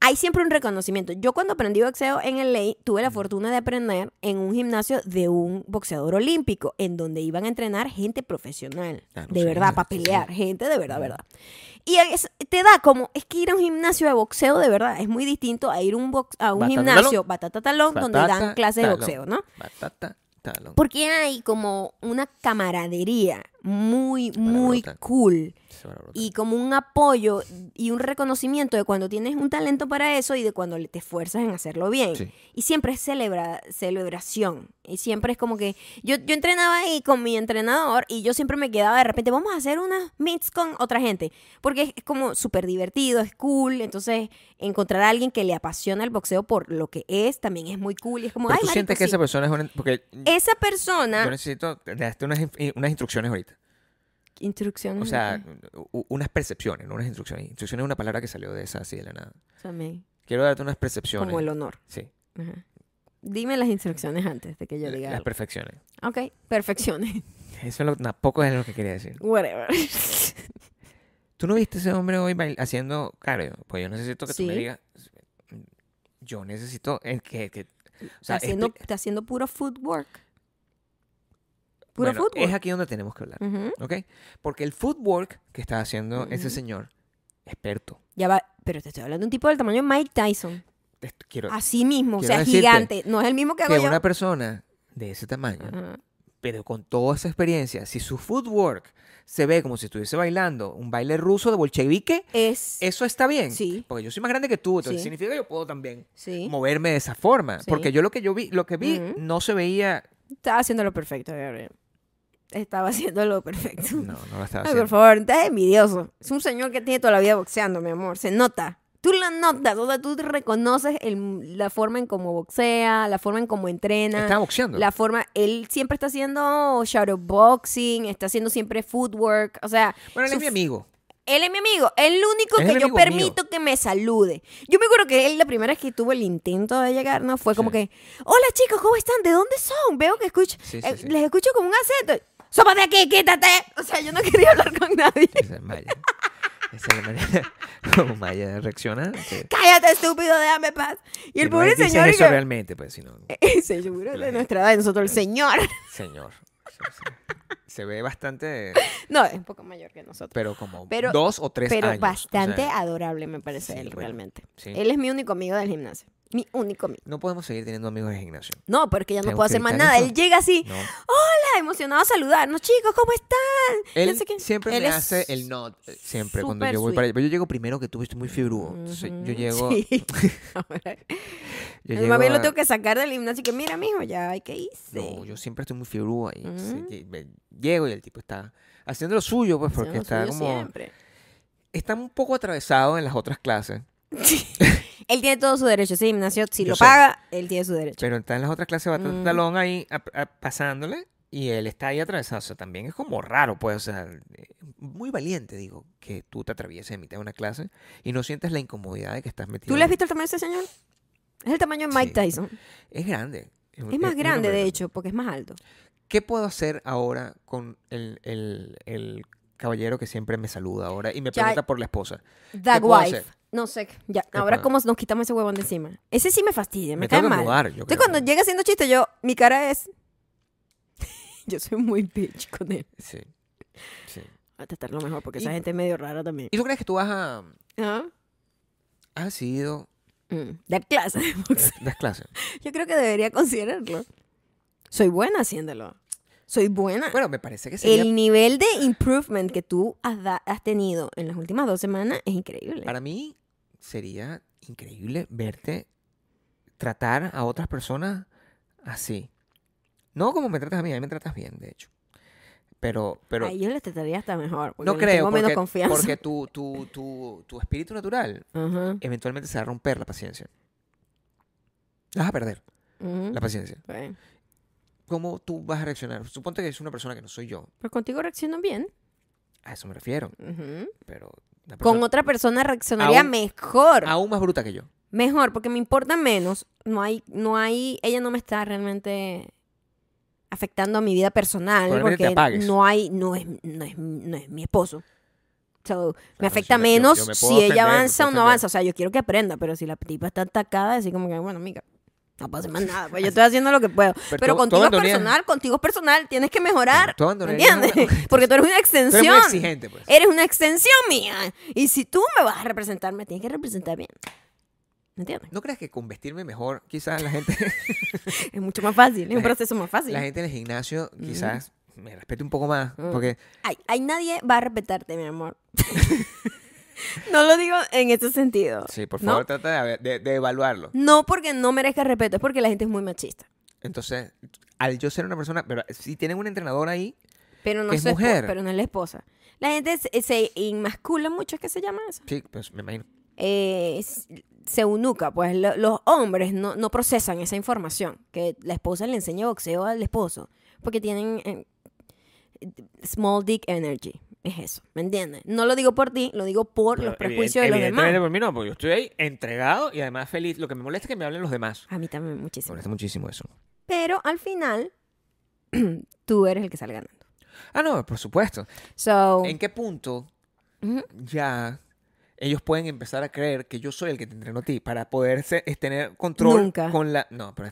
Speaker 1: Hay siempre un reconocimiento. Yo cuando aprendí boxeo en el ley tuve la fortuna de aprender en un gimnasio de un boxeador olímpico, en donde iban a entrenar gente profesional,
Speaker 3: Claro,
Speaker 1: de
Speaker 3: sí,
Speaker 1: verdad,
Speaker 3: sí,
Speaker 1: para
Speaker 3: sí.
Speaker 1: pelear, gente de verdad, verdad. Y es- te da como, es que ir a un gimnasio de boxeo de verdad es muy distinto a ir un box- a un
Speaker 3: Batata
Speaker 1: gimnasio
Speaker 3: talón.
Speaker 1: batata talón, donde
Speaker 3: Batata,
Speaker 1: dan clases de
Speaker 3: talón.
Speaker 1: boxeo, ¿no?
Speaker 3: Batata, talón.
Speaker 1: Porque hay como una camaradería muy,
Speaker 3: Palabra
Speaker 1: muy
Speaker 3: brutal.
Speaker 1: cool.
Speaker 3: Se va a brotar.
Speaker 1: Y como un apoyo y un reconocimiento de cuando tienes un talento para eso y de cuando le- te esfuerzas en hacerlo bien.
Speaker 3: Sí.
Speaker 1: Y siempre es celebra celebración. Y siempre es como que yo, yo entrenaba ahí con mi entrenador y yo siempre me quedaba de repente, vamos a hacer unas meets con otra gente. Porque es, es como súper divertido, es cool. Entonces, encontrar a alguien que le apasiona el boxeo por lo que es también es muy cool. Y es como,
Speaker 3: Pero
Speaker 1: ay,
Speaker 3: tú
Speaker 1: marico,
Speaker 3: sientes que
Speaker 1: sí".
Speaker 3: esa persona es una... Porque
Speaker 1: Esa
Speaker 3: yo
Speaker 1: persona
Speaker 3: necesito... Te daste unas, in- unas instrucciones ahorita.
Speaker 1: Instrucciones.
Speaker 3: O
Speaker 1: de
Speaker 3: sea, u- unas percepciones, no unas instrucciones. Instrucciones es una palabra que salió de esa así de la nada.
Speaker 1: qué? O sea, me-
Speaker 3: Quiero darte unas percepciones.
Speaker 1: como el honor.
Speaker 3: Sí.
Speaker 1: Ajá. Dime las instrucciones antes de que yo
Speaker 3: la-
Speaker 1: diga
Speaker 3: las
Speaker 1: algo.
Speaker 3: perfecciones.
Speaker 1: Ok, perfecciones.
Speaker 3: Eso es lo- tampoco es lo que quería decir.
Speaker 1: Whatever.
Speaker 3: ¿Tú no viste ese hombre hoy bail- haciendo cardio? Pues yo necesito que tú me
Speaker 1: Sí.
Speaker 3: digas. mm, Yo necesito el que. que- o
Speaker 1: está,
Speaker 3: sea, este,
Speaker 1: haciendo,
Speaker 3: expli-
Speaker 1: está haciendo puro footwork. Puro
Speaker 3: bueno,
Speaker 1: footwork.
Speaker 3: Es aquí donde tenemos que hablar.
Speaker 1: Ujú.
Speaker 3: ¿Ok? Porque el footwork que está haciendo ese
Speaker 1: Ujú.
Speaker 3: señor, experto.
Speaker 1: Ya va. Pero te estoy hablando de un tipo del tamaño de Mike Tyson.
Speaker 3: te- Quiero
Speaker 1: Así mismo, o
Speaker 3: quiero
Speaker 1: sea,
Speaker 3: decirte
Speaker 1: gigante. No es el mismo que Ah, hago
Speaker 3: que
Speaker 1: yo. Ah.
Speaker 3: una persona de ese tamaño,
Speaker 1: Ajá.
Speaker 3: pero con toda esa experiencia, si su footwork se ve como si estuviese bailando un baile ruso de bolchevique,
Speaker 1: Es.
Speaker 3: eso está bien.
Speaker 1: Sí.
Speaker 3: Porque yo soy más grande que tú,
Speaker 1: Sí.
Speaker 3: entonces significa que yo puedo también
Speaker 1: Sí.
Speaker 3: moverme de esa forma.
Speaker 1: Sí.
Speaker 3: Porque yo lo que yo vi, lo que vi
Speaker 1: Ujú.
Speaker 3: no se veía.
Speaker 1: Estaba haciendo lo perfecto, Gabriel. Estaba haciendo lo perfecto.
Speaker 3: No, no lo estaba
Speaker 1: Ay, por
Speaker 3: haciendo.
Speaker 1: favor, estás envidioso. Es un señor que tiene toda la vida boxeando, mi amor. Se nota. Tú lo notas. O sea, tú te reconoces el- la forma en cómo boxea, la forma en cómo entrena.
Speaker 3: Estaba boxeando.
Speaker 1: La forma, él siempre está haciendo shadowboxing, está haciendo siempre footwork, o sea,
Speaker 3: Bueno, él
Speaker 1: su-
Speaker 3: es mi amigo.
Speaker 1: él es mi amigo, el único
Speaker 3: Es
Speaker 1: que
Speaker 3: el
Speaker 1: yo
Speaker 3: amigo
Speaker 1: permito que me salude. Yo me acuerdo que él la primera vez que tuvo el intento de llegarnos fue como que, hola chicos, ¿cómo están? ¿De dónde son? Veo que escucho,
Speaker 3: Sí, sí,
Speaker 1: eh,
Speaker 3: sí.
Speaker 1: les escucho con un acento. ¡Sopa de aquí, quítate! O sea, yo no quería hablar con nadie.
Speaker 3: Esa es Maya. Esa es la manera como Maya reacciona. que-
Speaker 1: cállate estúpido, déjame en paz. Y
Speaker 3: que
Speaker 1: el
Speaker 3: no
Speaker 1: pobre
Speaker 3: dices
Speaker 1: señor... Eh. y
Speaker 3: eso
Speaker 1: que-
Speaker 3: realmente, pues, sino.
Speaker 1: Ese, yo creo, de nuestra edad, nosotros, el señor.
Speaker 3: Señor. Sí, sí. Se ve bastante.
Speaker 1: No, es un poco mayor que nosotros.
Speaker 3: Pero como
Speaker 1: Pero-
Speaker 3: dos o tres
Speaker 1: Pero
Speaker 3: años. o
Speaker 1: bastante
Speaker 3: sea,
Speaker 1: adorable me parece
Speaker 3: sí,
Speaker 1: él
Speaker 3: bueno,
Speaker 1: realmente.
Speaker 3: sí.
Speaker 1: Él es mi único amigo del gimnasio. Mi único amigo.
Speaker 3: no podemos seguir teniendo amigos de gimnasio.
Speaker 1: No, porque ya no
Speaker 3: Tengo
Speaker 1: puedo
Speaker 3: que
Speaker 1: hacer más
Speaker 3: evitar
Speaker 1: nada.
Speaker 3: eso.
Speaker 1: Él llega así,
Speaker 3: No.
Speaker 1: hola, emocionado a saludarnos, chicos, ¿cómo están?
Speaker 3: Él
Speaker 1: No sé qué.
Speaker 3: siempre
Speaker 1: Él
Speaker 3: me
Speaker 1: es
Speaker 3: hace el nod. eh, Siempre cuando
Speaker 1: súper
Speaker 3: yo voy
Speaker 1: sweet.
Speaker 3: para allá. Pero yo llego primero que tú, estoy muy fibrudo. Entonces Mm,
Speaker 1: Ujú,
Speaker 3: yo llego.
Speaker 1: sí. Ahora,
Speaker 3: Yo
Speaker 1: mi mami
Speaker 3: llego
Speaker 1: lo
Speaker 3: a-
Speaker 1: tengo que sacar del gimnasio. Que mira, mijo, ya, ay, ¿qué hice?
Speaker 3: No, yo siempre estoy muy fibrudo ahí. entonces,
Speaker 1: Ujú.
Speaker 3: lle- ve- Llego y el tipo está haciendo lo suyo, pues, porque
Speaker 1: Haciendo lo
Speaker 3: está
Speaker 1: suyo
Speaker 3: como.
Speaker 1: siempre.
Speaker 3: Está un poco atravesado en las otras clases.
Speaker 1: Él tiene todo su derecho. Ese gimnasio, si
Speaker 3: Yo
Speaker 1: lo
Speaker 3: sé.
Speaker 1: paga, él tiene su derecho.
Speaker 3: Pero está en las otras clases bastante
Speaker 1: Mm.
Speaker 3: talón ahí a- a- pasándole y él está ahí atravesado. O sea, también es como raro, pues, o sea, eh, muy valiente, digo, que tú te atravieses en mitad de una clase y no sientes la incomodidad de que estás metido.
Speaker 1: ¿Tú le has
Speaker 3: ahí.
Speaker 1: visto el tamaño de ese señor? Es el tamaño de Mike
Speaker 3: Sí.
Speaker 1: Tyson.
Speaker 3: Es grande. un-
Speaker 1: Es más
Speaker 3: un
Speaker 1: grande,
Speaker 3: hombre
Speaker 1: de hecho, porque es más alto.
Speaker 3: ¿Qué puedo hacer ahora con el, el- el caballero que siempre me saluda ahora y me
Speaker 1: Ya-
Speaker 3: pregunta por la esposa?
Speaker 1: The
Speaker 3: ¿Qué puedo
Speaker 1: Wife.
Speaker 3: hacer?
Speaker 1: No sé. Ya,
Speaker 3: ¿Qué
Speaker 1: ahora
Speaker 3: puedo-
Speaker 1: cómo nos quitamos ese huevón de encima. Ese sí me fastidia, me,
Speaker 3: Me
Speaker 1: cae
Speaker 3: tengo que
Speaker 1: mal.
Speaker 3: mudar, yo
Speaker 1: Entonces
Speaker 3: creo.
Speaker 1: cuando llega haciendo chiste yo, mi cara es... yo soy muy bitch con él.
Speaker 3: Sí. sí.
Speaker 1: Voy a tratarlo mejor porque
Speaker 3: Y-
Speaker 1: esa gente es medio rara también.
Speaker 3: ¿Y tú crees que tú vas a...
Speaker 1: ¿Ah?
Speaker 3: has decidido
Speaker 1: Mm, Dar clases de boxeo.
Speaker 3: las clases?
Speaker 1: Yo creo que debería considerarlo. Soy buena haciéndolo. Soy buena.
Speaker 3: Bueno, me parece que sería...
Speaker 1: El nivel de improvement que tú has, da- has tenido en las últimas dos semanas es increíble.
Speaker 3: Para mí sería increíble verte tratar a otras personas así. No como me tratas a mí, a mí me tratas bien, de hecho. Pero, pero
Speaker 1: Ahí yo les trataría hasta mejor. Porque
Speaker 3: no
Speaker 1: les
Speaker 3: creo,
Speaker 1: Tengo menos
Speaker 3: porque,
Speaker 1: confianza.
Speaker 3: porque tu, tu, tu, tu espíritu natural
Speaker 1: Ajá.
Speaker 3: eventualmente se va a romper la paciencia. Vas a perder
Speaker 1: Ujú.
Speaker 3: la paciencia.
Speaker 1: Bueno.
Speaker 3: ¿Cómo tú vas a reaccionar? Suponte que es una persona que no soy yo.
Speaker 1: Pero Pues contigo reaccionan bien.
Speaker 3: A eso me refiero.
Speaker 1: Ujú.
Speaker 3: Pero la
Speaker 1: Con
Speaker 3: persona-
Speaker 1: otra persona reaccionaría
Speaker 3: Pues Aún-
Speaker 1: mejor.
Speaker 3: aún más bruta que yo.
Speaker 1: Mejor, porque me importa menos. No hay, no hay, ella no me está realmente afectando a mi vida personal.
Speaker 3: Probablemente te
Speaker 1: Porque
Speaker 3: apagues.
Speaker 1: no hay, no es, no es, no es mi esposo. So, me
Speaker 3: Claro,
Speaker 1: afecta
Speaker 3: si me- yo-
Speaker 1: menos
Speaker 3: yo me
Speaker 1: si
Speaker 3: puedo
Speaker 1: ella
Speaker 3: ofender, me
Speaker 1: avanza
Speaker 3: puedo
Speaker 1: o no
Speaker 3: ofender.
Speaker 1: avanza. O sea, yo quiero que aprenda, pero si la tipa está atacada, así como que, bueno, amiga, no pasa más nada. Pues yo estoy haciendo lo que puedo. Pero,
Speaker 3: tú- tú
Speaker 1: contigo es
Speaker 3: abandonías-
Speaker 1: personal, contigo es personal, tienes que mejorar.
Speaker 3: Tú
Speaker 1: ¿me
Speaker 3: abandonarías una-
Speaker 1: ¿Entiendes? Porque tú eres una
Speaker 3: Tú
Speaker 1: extensión.
Speaker 3: eres muy exigente, pues.
Speaker 1: Eres una extensión mía. Y si tú me vas a representar, me tienes que representar bien. ¿Me entiendes?
Speaker 3: ¿No crees que con vestirme mejor, quizás la gente,
Speaker 1: Es mucho más fácil, es
Speaker 3: La
Speaker 1: un
Speaker 3: gen-
Speaker 1: proceso más fácil.
Speaker 3: la gente en el gimnasio, quizás me respete un poco más? Porque
Speaker 1: Ay, ay, nadie va a respetarte, mi amor. no lo digo en ese sentido.
Speaker 3: Sí, por
Speaker 1: ¿no?
Speaker 3: favor, trata de, de- de evaluarlo.
Speaker 1: No porque no merezca respeto, es porque la gente es muy machista.
Speaker 3: Entonces, al yo ser una persona, pero si tienen un entrenador ahí,
Speaker 1: Pero no
Speaker 3: Que es
Speaker 1: su espo-
Speaker 3: mujer.
Speaker 1: pero no es la esposa. La gente se, se inmascula mucho, ¿qué se llama eso?
Speaker 3: sí, pues me imagino.
Speaker 1: Eh, s- se eunuca, pues lo- los hombres no, no procesan esa información. Que la esposa le enseña boxeo al esposo. Porque tienen eh, small dick energy. Es eso, ¿me entiendes? No lo digo por ti, lo digo por los prejuicios de los demás.
Speaker 3: por mí no, porque pues yo estoy ahí entregado y además feliz. Lo que me molesta es que me hablen los demás.
Speaker 1: A mí también
Speaker 3: Me
Speaker 1: muchísimo.
Speaker 3: molesta muchísimo eso.
Speaker 1: Pero al final, tú eres el que sale ganando.
Speaker 3: Ah, no, por supuesto.
Speaker 1: So,
Speaker 3: ¿En qué punto
Speaker 1: ujú,
Speaker 3: ya ellos pueden empezar a creer que yo soy el que te entrenó a ti para poder se- es tener control
Speaker 1: Nunca.
Speaker 3: con la... No, pero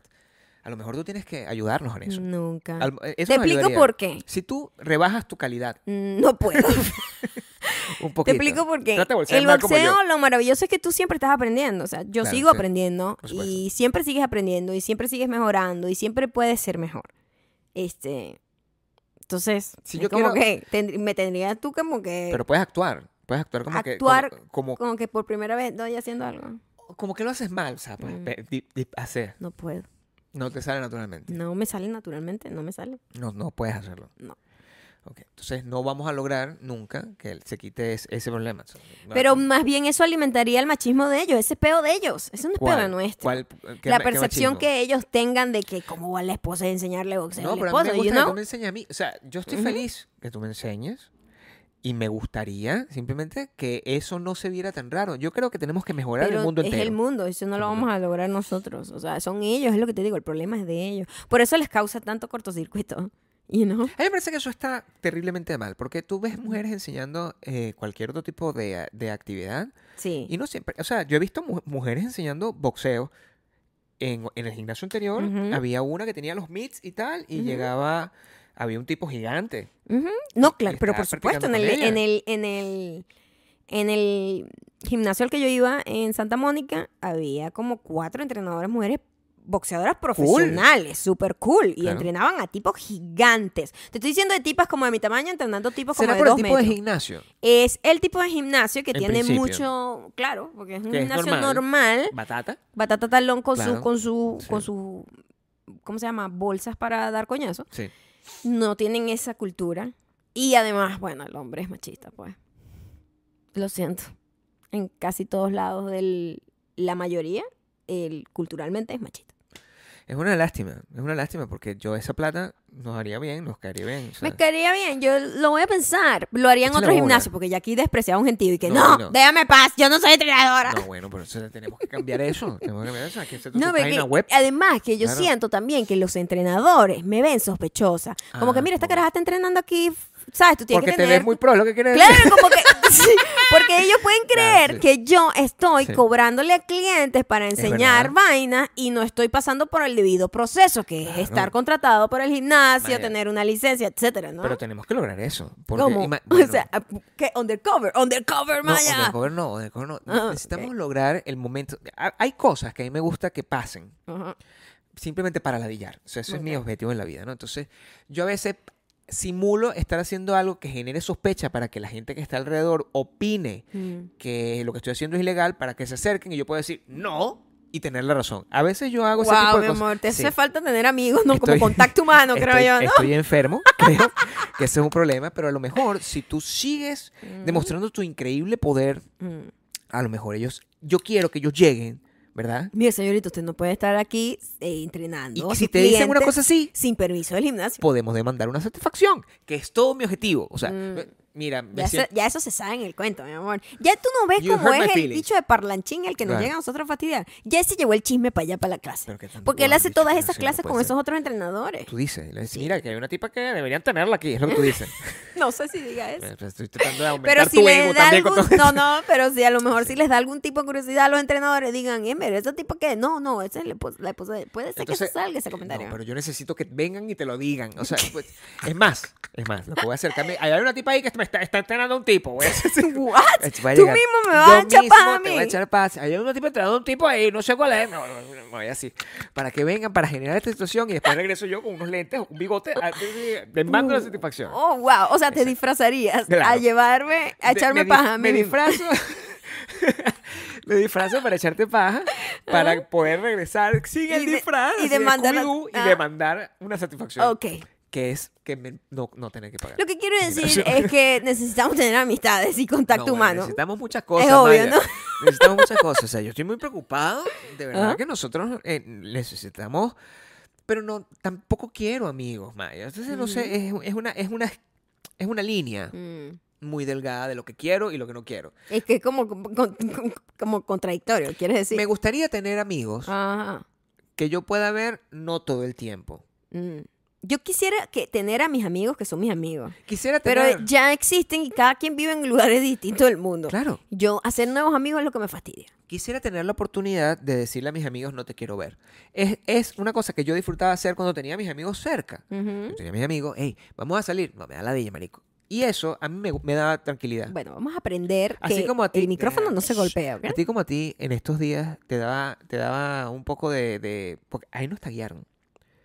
Speaker 3: a lo mejor tú tienes que ayudarnos en eso.
Speaker 1: nunca.
Speaker 3: Al- eh,
Speaker 1: Mm.
Speaker 3: eso
Speaker 1: Te
Speaker 3: nos
Speaker 1: explico
Speaker 3: ayudaría.
Speaker 1: por qué.
Speaker 3: Si tú rebajas tu calidad
Speaker 1: Mm, No puedo.
Speaker 3: un
Speaker 1: Te
Speaker 3: poquito.
Speaker 1: explico por qué.
Speaker 3: Trata de boxear
Speaker 1: El
Speaker 3: mal como yo.
Speaker 1: boxeo, lo maravilloso es que tú siempre estás aprendiendo. O sea, yo
Speaker 3: Claro,
Speaker 1: sigo
Speaker 3: sí.
Speaker 1: aprendiendo
Speaker 3: Por supuesto.
Speaker 1: y siempre sigues aprendiendo y siempre sigues mejorando y siempre puedes ser mejor. Este. Entonces,
Speaker 3: Si
Speaker 1: es
Speaker 3: yo
Speaker 1: como
Speaker 3: quiero-
Speaker 1: que tendr- me tendrías tú como que.
Speaker 3: Pero puedes actuar. Puedes actuar como
Speaker 1: Actuar
Speaker 3: que... Como, como,
Speaker 1: como que por primera vez estoy haciendo algo.
Speaker 3: como que lo haces mal, o sea, pues,
Speaker 1: Mm.
Speaker 3: pe- di- di- hacer.
Speaker 1: No puedo.
Speaker 3: No te sale naturalmente.
Speaker 1: No me sale naturalmente, no me sale.
Speaker 3: No, no puedes hacerlo.
Speaker 1: No.
Speaker 3: Ok, Entonces no vamos a lograr nunca que se quite es- ese problema. O sea, no-
Speaker 1: Pero más bien eso alimentaría el machismo de ellos, ese peo de ellos. Eso no es peo de
Speaker 3: ¿Cuál?
Speaker 1: nuestro.
Speaker 3: ¿Cuál- eh, qué
Speaker 1: la
Speaker 3: ma- qué
Speaker 1: percepción
Speaker 3: machismo?
Speaker 1: que ellos tengan de que cómo va la esposa a enseñarle boxeo
Speaker 3: No,
Speaker 1: al
Speaker 3: pero a mí
Speaker 1: esposo,
Speaker 3: me gusta
Speaker 1: you
Speaker 3: que tú
Speaker 1: know?
Speaker 3: me enseñes a mí. O sea, yo estoy
Speaker 1: Ujú.
Speaker 3: feliz que tú me enseñes. Y me gustaría simplemente que eso no se viera tan raro. Yo creo que tenemos que mejorar
Speaker 1: Pero
Speaker 3: el mundo
Speaker 1: es
Speaker 3: entero.
Speaker 1: el mundo, eso no
Speaker 3: El
Speaker 1: lo
Speaker 3: mundo.
Speaker 1: vamos a lograr nosotros. O sea, son ellos, es lo que te digo, el problema es de ellos. Por eso les causa tanto cortocircuito, you know?
Speaker 3: A mí me parece que eso está terriblemente mal, porque tú ves mujeres enseñando eh, cualquier otro tipo de, a- de actividad
Speaker 1: Sí.
Speaker 3: y no siempre, o sea, yo he visto mu- mujeres enseñando boxeo. En, en el gimnasio anterior
Speaker 1: Ujú.
Speaker 3: había una que tenía los mitts y tal, y
Speaker 1: Ujú.
Speaker 3: llegaba, había un tipo gigante.
Speaker 1: Ujú. No, claro,
Speaker 3: y
Speaker 1: pero por
Speaker 3: estás
Speaker 1: supuesto, en el,
Speaker 3: practicando
Speaker 1: en
Speaker 3: con
Speaker 1: el, en el, en el gimnasio al que yo iba en Santa Mónica, había como cuatro entrenadoras mujeres boxeadoras profesionales, súper cool, y
Speaker 3: Claro.
Speaker 1: entrenaban a tipos gigantes. Te estoy diciendo de tipas como de mi tamaño, entrenando tipos como
Speaker 3: ¿Será
Speaker 1: de
Speaker 3: por el
Speaker 1: dos
Speaker 3: tipo de
Speaker 1: metros.
Speaker 3: gimnasio?
Speaker 1: es el tipo de gimnasio que
Speaker 3: En
Speaker 1: tiene
Speaker 3: principio.
Speaker 1: mucho, claro, porque es un
Speaker 3: Que es
Speaker 1: gimnasio normal.
Speaker 3: normal. ¿Batata?
Speaker 1: batata talón con su,
Speaker 3: Claro.
Speaker 1: con su,
Speaker 3: Sí.
Speaker 1: con su, ¿cómo se llama? Bolsas para dar coñazo
Speaker 3: Sí.
Speaker 1: no tienen esa cultura. Y además, bueno, el hombre es machista, pues. Lo siento. En casi todos lados del la mayoría, el culturalmente es machista.
Speaker 3: Es una lástima, es una lástima porque yo esa plata nos haría bien, nos caería bien. o sea,
Speaker 1: Me caería bien, yo lo voy a pensar. Lo haría en
Speaker 3: Échale
Speaker 1: otro
Speaker 3: bola.
Speaker 1: gimnasio, porque ya aquí despreciaba un gentío y que no,
Speaker 3: No, no.
Speaker 1: déjame en paz, yo no soy entrenadora.
Speaker 3: No, bueno, pero entonces tenemos que cambiar eso. tenemos que cambiar eso. Hay que hacer tu
Speaker 1: No, eh,
Speaker 3: tu
Speaker 1: ve
Speaker 3: página
Speaker 1: que-
Speaker 3: web.
Speaker 1: además que yo
Speaker 3: Claro.
Speaker 1: siento también que los entrenadores me ven sospechosa. Como que,
Speaker 3: Ah,
Speaker 1: mira, esta
Speaker 3: por-
Speaker 1: caraja está entrenando aquí, ¿sabes? Tú tienes
Speaker 3: Porque
Speaker 1: que
Speaker 3: te
Speaker 1: tener...
Speaker 3: ves muy pro, es lo que quieres decir.
Speaker 1: Claro, como que. sí, porque ellos pueden
Speaker 3: Claro,
Speaker 1: creer
Speaker 3: sí.
Speaker 1: que yo estoy
Speaker 3: Sí.
Speaker 1: cobrándole a clientes para enseñar
Speaker 3: verdad.
Speaker 1: vainas y no estoy pasando por el debido proceso, que es
Speaker 3: Claro.
Speaker 1: estar contratado por el gimnasio,
Speaker 3: Imagínate.
Speaker 1: tener una licencia, etcétera, ¿no?
Speaker 3: Pero tenemos que lograr eso. Porque,
Speaker 1: ¿Cómo?
Speaker 3: ima-
Speaker 1: o
Speaker 3: bueno,
Speaker 1: sea, ¿qué? Undercover, undercover,
Speaker 3: no,
Speaker 1: Maya.
Speaker 3: undercover no, undercover no.
Speaker 1: Ah,
Speaker 3: Necesitamos
Speaker 1: ok.
Speaker 3: lograr el momento. Ha- Hay cosas que a mí me gusta que pasen
Speaker 1: Ajá.
Speaker 3: simplemente para ladillar. O sea, eso es mi
Speaker 1: Ok.
Speaker 3: objetivo en la vida, ¿no? Entonces, yo a veces simulo estar haciendo algo que genere sospecha para que la gente que está alrededor opine
Speaker 1: Mm.
Speaker 3: que lo que estoy haciendo es ilegal para que se acerquen y yo puedo decir, no, y tener la razón. A veces yo hago ese tipo
Speaker 1: Wow,
Speaker 3: de
Speaker 1: mi
Speaker 3: cosas.
Speaker 1: amor, te
Speaker 3: Sí.
Speaker 1: hace falta tener amigos, ¿no?
Speaker 3: Estoy-
Speaker 1: Como contacto humano,
Speaker 3: estoy,
Speaker 1: creo yo, ¿no?
Speaker 3: Estoy enfermo, creo que ese es un problema, pero a lo mejor si tú sigues demostrando tu increíble poder,
Speaker 1: Mm.
Speaker 3: a lo mejor ellos, yo quiero que ellos lleguen, ¿verdad?
Speaker 1: Mire, señorita, usted no puede estar aquí eh,
Speaker 3: Y
Speaker 1: entrenando. a
Speaker 3: si
Speaker 1: sus
Speaker 3: te dicen una
Speaker 1: clientes
Speaker 3: cosa así,
Speaker 1: Sin permiso del gimnasio.
Speaker 3: podemos demandar una satisfacción, que es todo mi objetivo. O sea,
Speaker 1: Mm.
Speaker 3: mira, me
Speaker 1: Ya,
Speaker 3: siento-
Speaker 1: eso, ya eso se sabe en el cuento, mi amor. Ya tú no ves
Speaker 3: You
Speaker 1: cómo
Speaker 3: hurt my
Speaker 1: es el
Speaker 3: feelings.
Speaker 1: bicho de parlanchín el que nos
Speaker 3: Claro.
Speaker 1: llega a nosotros a fastidiar. Ya se llevó el chisme para allá, para la clase.
Speaker 3: Pero que tampoco
Speaker 1: Porque él
Speaker 3: han
Speaker 1: hace
Speaker 3: dicho
Speaker 1: todas
Speaker 3: que
Speaker 1: esas
Speaker 3: así no
Speaker 1: clases
Speaker 3: puede
Speaker 1: con
Speaker 3: ser.
Speaker 1: esos otros entrenadores.
Speaker 3: tú dices, y le dices, mira, que hay una tipa que deberían tenerla aquí, es lo que tú dices.
Speaker 1: No sé si diga eso.
Speaker 3: Bueno, pues, Estoy tratando de aumentar
Speaker 1: Pero si
Speaker 3: tu
Speaker 1: les da
Speaker 3: ego también con
Speaker 1: algún,
Speaker 3: todo
Speaker 1: no,
Speaker 3: esto.
Speaker 1: no, pero si a lo mejor si les da algún tipo de curiosidad a los entrenadores, digan, eh, pero ese tipo que, no, no, ese le puso, le puso- puede ser
Speaker 3: Entonces,
Speaker 1: que se salga ese comentario.
Speaker 3: No, pero yo necesito que vengan y te lo digan. O sea, pues, es más, es más, lo que voy a hacer también. Hay una tipa ahí que me está, está entrenando a un tipo. Voy a hacer-
Speaker 1: What?
Speaker 3: Va a
Speaker 1: Tú
Speaker 3: llegar.
Speaker 1: mismo me vas a
Speaker 3: Yo
Speaker 1: echar
Speaker 3: mismo
Speaker 1: paz a
Speaker 3: Te voy
Speaker 1: mí.
Speaker 3: a echar paz. Hay un tipo entrenando a un tipo ahí, no sé cuál es. No, no, no, no, voy así. Para que vengan, para generar esta situación y después regreso yo con unos lentes, un bigote, ah, a- les mando la satisfacción.
Speaker 1: Oh, wow. O sea, te disfrazarías a
Speaker 3: Claro.
Speaker 1: llevarme, a
Speaker 3: De-
Speaker 1: echarme
Speaker 3: me dis-
Speaker 1: paja a mí
Speaker 3: Me
Speaker 1: misma.
Speaker 3: disfrazo. me disfrazo para echarte paja, para poder regresar sin
Speaker 1: Ah. Y
Speaker 3: el
Speaker 1: de-
Speaker 3: disfraz
Speaker 1: y
Speaker 3: así de
Speaker 1: demandar la-
Speaker 3: Scooby-Doo,
Speaker 1: ah.
Speaker 3: y demandar una satisfacción.
Speaker 1: Ok.
Speaker 3: Que es que me- no, no tener que pagar.
Speaker 1: Lo que quiero decir
Speaker 3: Disfrazo.
Speaker 1: es que necesitamos tener amistades y contacto
Speaker 3: No, bueno,
Speaker 1: humano.
Speaker 3: Necesitamos muchas cosas.
Speaker 1: Es obvio,
Speaker 3: Maya.
Speaker 1: ¿no?
Speaker 3: Necesitamos muchas cosas. O sea, yo estoy muy preocupado. De verdad
Speaker 1: Ajá.
Speaker 3: que nosotros eh, necesitamos. Pero no, tampoco quiero amigos, Maya. Entonces, no sé, es, es una, es una, es una línea
Speaker 1: Mm.
Speaker 3: muy delgada de lo que quiero y lo que no quiero.
Speaker 1: Es que es como, con- con- como contradictorio, ¿quieres decir?
Speaker 3: Me gustaría tener amigos
Speaker 1: Ajá.
Speaker 3: que yo pueda ver no todo el tiempo.
Speaker 1: Mm. Yo quisiera que tener a mis amigos que son mis amigos.
Speaker 3: Quisiera
Speaker 1: Pero
Speaker 3: tener.
Speaker 1: ya existen y cada quien vive en lugares distintos del mundo.
Speaker 3: Claro.
Speaker 1: Yo hacer nuevos amigos es lo que me fastidia.
Speaker 3: Quisiera tener la oportunidad de decirle a mis amigos, no te quiero ver. Es, es una cosa que yo disfrutaba hacer cuando tenía a mis amigos cerca. Yo
Speaker 1: Ujú.
Speaker 3: tenía a mis amigos, hey, vamos a salir. No, me da la villa, marico. Y eso a mí me, me daba tranquilidad.
Speaker 1: Bueno, vamos a aprender
Speaker 3: Así
Speaker 1: que
Speaker 3: como a ti.
Speaker 1: el micrófono no se
Speaker 3: Shh.
Speaker 1: golpea, ¿ok?
Speaker 3: A ti como a ti, en estos días te daba, te daba un poco de, de- Porque ahí nos taguearon.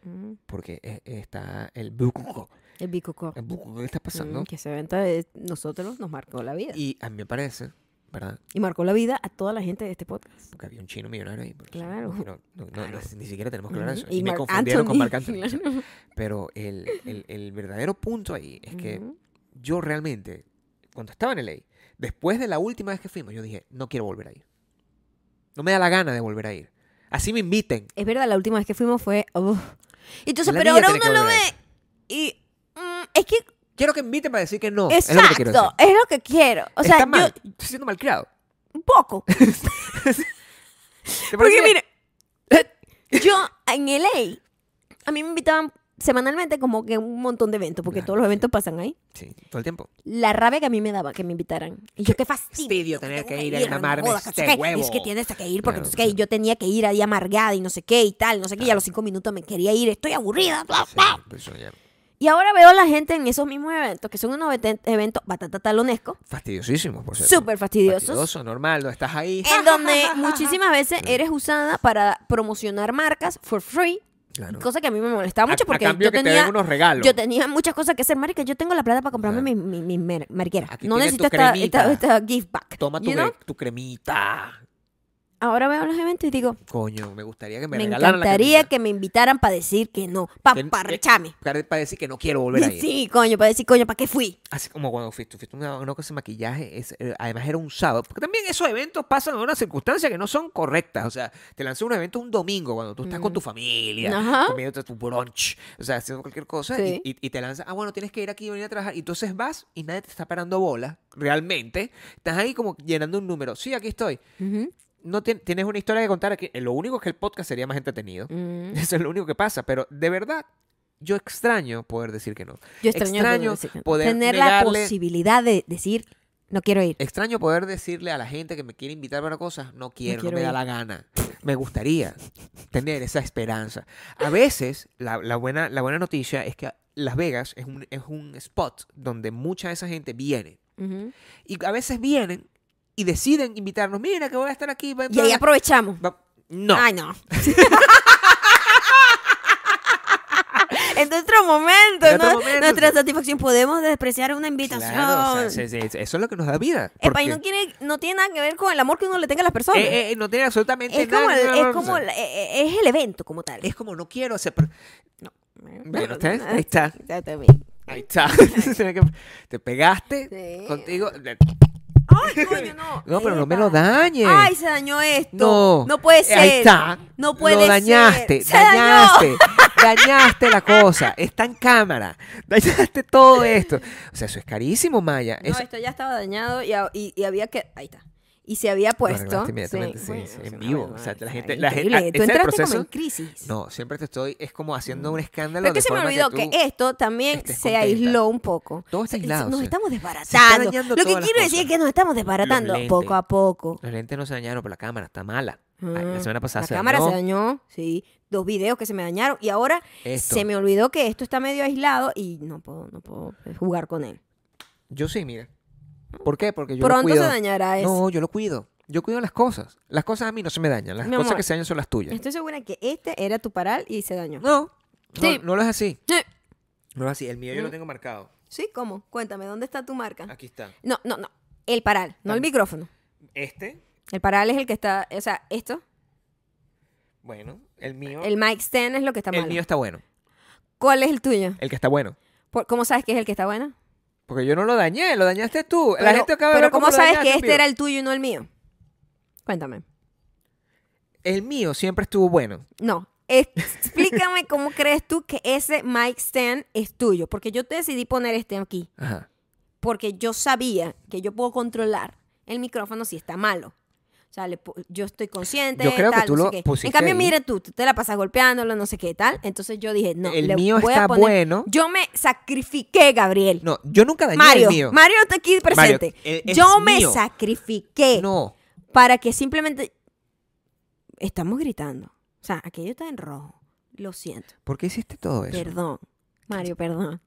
Speaker 1: Mm.
Speaker 3: Porque eh, está el buco.
Speaker 1: El bicoco.
Speaker 3: El buco, ¿qué está pasando?
Speaker 1: Mm, que ese evento de nosotros nos marcó la vida. Y,
Speaker 3: Y a mí me parece, ¿verdad?
Speaker 1: marcó la vida a toda la gente de este podcast.
Speaker 3: Porque había un chino millonario ahí. pero, o sea,
Speaker 1: Claro.
Speaker 3: no- no- no- no-
Speaker 1: Claro.
Speaker 3: ni siquiera tenemos pues claro
Speaker 1: Ujú.
Speaker 3: eso. Y, me
Speaker 1: Marc
Speaker 3: confundieron con Marc
Speaker 1: Anthony,
Speaker 3: Anthony. o sea,
Speaker 1: claro.
Speaker 3: Pero el, el- el verdadero punto ahí es que
Speaker 1: Ujú.
Speaker 3: yo realmente, cuando estaba en LA, después de la última vez que fuimos, yo dije, no quiero volver a ir. No me da la gana de volver a ir. Así me inviten.
Speaker 1: Es verdad, la última vez que fuimos fue. uf. Entonces,
Speaker 3: La
Speaker 1: pero
Speaker 3: vida
Speaker 1: ahora
Speaker 3: tiene que
Speaker 1: uno lo ve.
Speaker 3: volver.
Speaker 1: Y. mm, es que.
Speaker 3: Quiero que me inviten para decir que no. Oh, Es lo que quiero
Speaker 1: exacto,
Speaker 3: decir.
Speaker 1: es lo que quiero. O sea,
Speaker 3: Está
Speaker 1: yo.
Speaker 3: mal. Estoy siendo mal creado.
Speaker 1: Un poco. Porque mire, yo en LA, a mí me invitaban semanalmente como que un montón de eventos, porque
Speaker 3: Claro,
Speaker 1: todos los
Speaker 3: sí.
Speaker 1: eventos pasan ahí.
Speaker 3: Sí, todo el tiempo.
Speaker 1: La rabia que a mí me daba que me invitaran. Y yo, qué fastidio.
Speaker 3: fastidio
Speaker 1: que
Speaker 3: tener
Speaker 1: tengo
Speaker 3: que ir a
Speaker 1: no
Speaker 3: mamarme
Speaker 1: jodas, que
Speaker 3: este
Speaker 1: no sé qué.
Speaker 3: huevo.
Speaker 1: Es que tienes que ir porque
Speaker 3: Claro,
Speaker 1: no sé qué, y
Speaker 3: sí.
Speaker 1: yo tenía que ir ahí amargada y no sé qué y tal, no sé qué. Y a los cinco minutos me quería ir, estoy aburrida. bla,
Speaker 3: Sí,
Speaker 1: bla.
Speaker 3: pues eso ya-
Speaker 1: Y ahora veo a la gente en esos mismos eventos, que son unos event- eventos bastante talonescos,
Speaker 3: Fastidiosísimo, por cierto.
Speaker 1: súper Eh, fastidiosos.
Speaker 3: Fastidioso, normal, no estás ahí.
Speaker 1: en donde muchísimas veces eres usada para promocionar marcas for free.
Speaker 3: Claro.
Speaker 1: Cosa que a mí me molestaba
Speaker 3: A-
Speaker 1: mucho
Speaker 3: a
Speaker 1: porque
Speaker 3: cambio
Speaker 1: yo
Speaker 3: que te
Speaker 1: tenía
Speaker 3: den unos regalos.
Speaker 1: Yo tenía muchas cosas que hacer, marica. Yo tengo la plata para comprarme
Speaker 3: Claro.
Speaker 1: mi, mi, mi mer- mariquera.
Speaker 3: Aquí
Speaker 1: no
Speaker 3: tiene
Speaker 1: necesito
Speaker 3: tu
Speaker 1: esta, esta,
Speaker 3: cremita.
Speaker 1: esta gift back.
Speaker 3: Toma tu,
Speaker 1: You know?
Speaker 3: cre- tu cremita.
Speaker 1: Ahora veo los eventos y digo,
Speaker 3: Coño, me gustaría que me,
Speaker 1: me,
Speaker 3: regalaran la
Speaker 1: encantaría
Speaker 3: cremita.
Speaker 1: que me invitaran para decir que no, para
Speaker 3: Que-
Speaker 1: recharme.
Speaker 3: Para- Para decir que no quiero volver a ir.
Speaker 1: Sí, coño, para decir, coño, ¿para qué fui?
Speaker 3: Así como cuando fuiste, fuiste a una, una cosa de maquillaje, es, eh, además era un sábado. Porque también esos eventos pasan en unas circunstancias que no son correctas. O sea, te lanzan un evento un domingo cuando tú estás con tu familia,
Speaker 1: Ajá.
Speaker 3: comiendo tu brunch, o sea, haciendo cualquier cosa, y-
Speaker 1: Sí.
Speaker 3: y, y te lanzan, ah, bueno, tienes que ir aquí y venir a trabajar. Y entonces vas y nadie te está parando bola, realmente. Estás ahí como llenando un número. Sí, aquí estoy.
Speaker 1: Ujú.
Speaker 3: No tien- tienes una historia que contar aquí. Eh, Lo único es que el podcast sería más entretenido.
Speaker 1: Mm.
Speaker 3: Eso es lo único que pasa. Pero de verdad, yo extraño poder decir que no.
Speaker 1: Yo extraño,
Speaker 3: Extraño
Speaker 1: decir que no.
Speaker 3: poder
Speaker 1: tener la
Speaker 3: negarle-
Speaker 1: posibilidad de decir, no quiero ir.
Speaker 3: Extraño poder decirle a la gente que me quiere invitar para cosas, no quiero, no,
Speaker 1: quiero
Speaker 3: me da
Speaker 1: ir.
Speaker 3: la gana. Me gustaría tener esa esperanza. A veces, la, la buena, la buena noticia es que Las Vegas es un, es un spot donde mucha de esa gente viene.
Speaker 1: Ujú.
Speaker 3: Y a veces vienen y deciden invitarnos, mira que voy a estar aquí. va-
Speaker 1: Y Ah, ahí
Speaker 3: va-
Speaker 1: aprovechamos.
Speaker 3: va-". No,
Speaker 1: Ay, no. en otro momento,
Speaker 3: En otro
Speaker 1: ¿no?
Speaker 3: momento,
Speaker 1: nuestra
Speaker 3: sí.
Speaker 1: satisfacción. Podemos despreciar una invitación.
Speaker 3: Claro, o sea, se- se- se- eso es lo que nos da vida.
Speaker 1: Epa,
Speaker 3: porque-
Speaker 1: y no, quiere, no tiene nada que ver con el amor que uno le tenga a las personas.
Speaker 3: Eh, eh, no tiene absolutamente
Speaker 1: es,
Speaker 3: nada.
Speaker 1: como el,
Speaker 3: no, no,
Speaker 1: es,
Speaker 3: no,
Speaker 1: como
Speaker 3: o
Speaker 1: el-
Speaker 3: sea,
Speaker 1: eh, eh, es el evento como tal.
Speaker 3: es como no quiero hacer. pero- Bueno,
Speaker 1: Bueno,
Speaker 3: ¿ustedes?
Speaker 1: ah,
Speaker 3: Ahí está.
Speaker 1: Exactamente.
Speaker 3: Ahí está. Te pegaste
Speaker 1: Sí.
Speaker 3: contigo.
Speaker 1: Ay, coño, no.
Speaker 3: No, pero no me lo
Speaker 1: Epa.
Speaker 3: dañes.
Speaker 1: Ay, se dañó esto.
Speaker 3: no.
Speaker 1: puede ser.
Speaker 3: Ahí está.
Speaker 1: No puede
Speaker 3: Lo
Speaker 1: ser.
Speaker 3: dañaste.
Speaker 1: Se dañó.
Speaker 3: dañaste. Dañaste la cosa. Está en cámara. Dañaste todo esto. O sea, eso es carísimo, Maya.
Speaker 1: No,
Speaker 3: Eso-
Speaker 1: esto ya estaba dañado y, a- y- y había que. Ahí está. Y se había puesto.
Speaker 3: arreglaste inmediatamente, sí,
Speaker 1: bueno,
Speaker 3: sí,
Speaker 1: o
Speaker 3: en
Speaker 1: sea,
Speaker 3: vivo.
Speaker 1: bueno,
Speaker 3: O sea, la
Speaker 1: está
Speaker 3: gente- la gente-
Speaker 1: increíble.
Speaker 3: ah, ese
Speaker 1: Tú
Speaker 3: es el
Speaker 1: entraste como
Speaker 3: proceso.
Speaker 1: en crisis.
Speaker 3: No, siempre te estoy. Es como haciendo un escándalo.
Speaker 1: Mm. Pero es
Speaker 3: de
Speaker 1: que se me
Speaker 3: forma
Speaker 1: olvidó que,
Speaker 3: tú-
Speaker 1: esto también
Speaker 3: estés
Speaker 1: se
Speaker 3: contenta.
Speaker 1: aisló un poco.
Speaker 3: Todo está
Speaker 1: O sea,
Speaker 3: aislado,
Speaker 1: Nos
Speaker 3: sí.
Speaker 1: estamos
Speaker 3: Se está
Speaker 1: desbaratando.
Speaker 3: dañando
Speaker 1: Lo que
Speaker 3: todas las
Speaker 1: quiero decir
Speaker 3: cosas.
Speaker 1: es que nos estamos desbaratando
Speaker 3: Los lentes.
Speaker 1: poco a poco.
Speaker 3: Los lentes no se dañaron, pero la cámara está mala. Ay,
Speaker 1: Ah,
Speaker 3: la semana pasada
Speaker 1: la
Speaker 3: se
Speaker 1: cámara
Speaker 3: dañó.
Speaker 1: se dañó, sí. Dos videos que se me dañaron y ahora
Speaker 3: Esto.
Speaker 1: se me olvidó que esto está medio aislado y no puedo, no puedo eh, jugar con él.
Speaker 3: Yo sí, mira. ¿Por qué? Porque yo lo
Speaker 1: Pronto se
Speaker 3: cuido.
Speaker 1: dañará eso.
Speaker 3: No, yo lo cuido. Yo cuido las cosas. Las cosas a mí no se me dañan. Las
Speaker 1: Mi
Speaker 3: cosas
Speaker 1: amor.
Speaker 3: que se dañan son las tuyas.
Speaker 1: Estoy segura que este era tu paral y se dañó.
Speaker 3: No. No,
Speaker 1: Sí. Mm.
Speaker 3: no lo es así.
Speaker 1: Sí.
Speaker 3: No es así. El mío yo lo tengo marcado.
Speaker 1: Sí, ¿cómo? Cuéntame, ¿dónde está tu marca?
Speaker 3: Aquí está.
Speaker 1: No, no, no. El paral, no el
Speaker 3: Dame.
Speaker 1: micrófono.
Speaker 3: Este,
Speaker 1: El paral es el que está, o sea, esto,
Speaker 3: bueno. El mío.
Speaker 1: el mic stand es lo que está
Speaker 3: el
Speaker 1: mal.
Speaker 3: mío está bueno.
Speaker 1: ¿Cuál es el tuyo?
Speaker 3: El que está bueno.
Speaker 1: Por- ¿Cómo sabes que es el que está bueno?
Speaker 3: Porque yo no lo dañé, lo dañaste tú. la
Speaker 1: Pero-
Speaker 3: gente acaba de
Speaker 1: pero
Speaker 3: ver cómo, lo
Speaker 1: sabes
Speaker 3: dañaste
Speaker 1: que
Speaker 3: en
Speaker 1: este
Speaker 3: vivo.
Speaker 1: era el tuyo y no el mío? Cuéntame.
Speaker 3: El mío siempre estuvo bueno.
Speaker 1: No. Explícame cómo crees tú que ese mic stand es tuyo. Porque yo te decidí poner este aquí.
Speaker 3: Ajá.
Speaker 1: Porque yo sabía que yo puedo controlar el micrófono si está malo. O sea, le pu- yo estoy consciente.
Speaker 3: Yo creo que
Speaker 1: tal,
Speaker 3: tú
Speaker 1: no
Speaker 3: lo
Speaker 1: sé qué.
Speaker 3: pusiste
Speaker 1: En cambio,
Speaker 3: ahí.
Speaker 1: mira tú, tú te la pasas golpeándolo, no sé qué tal. Entonces yo dije, no.
Speaker 3: El
Speaker 1: le
Speaker 3: mío
Speaker 1: voy a
Speaker 3: está
Speaker 1: poner-
Speaker 3: bueno.
Speaker 1: Yo me sacrifiqué, Gabriel.
Speaker 3: No, yo nunca dañé
Speaker 1: Mario,
Speaker 3: el mío.
Speaker 1: Mario está aquí presente.
Speaker 3: eh, es
Speaker 1: yo me
Speaker 3: mío.
Speaker 1: sacrifiqué
Speaker 3: No.
Speaker 1: para que simplemente estamos gritando. O sea, aquello está en rojo. Lo siento.
Speaker 3: ¿Por qué hiciste todo eso?
Speaker 1: Perdón. Mario, perdón.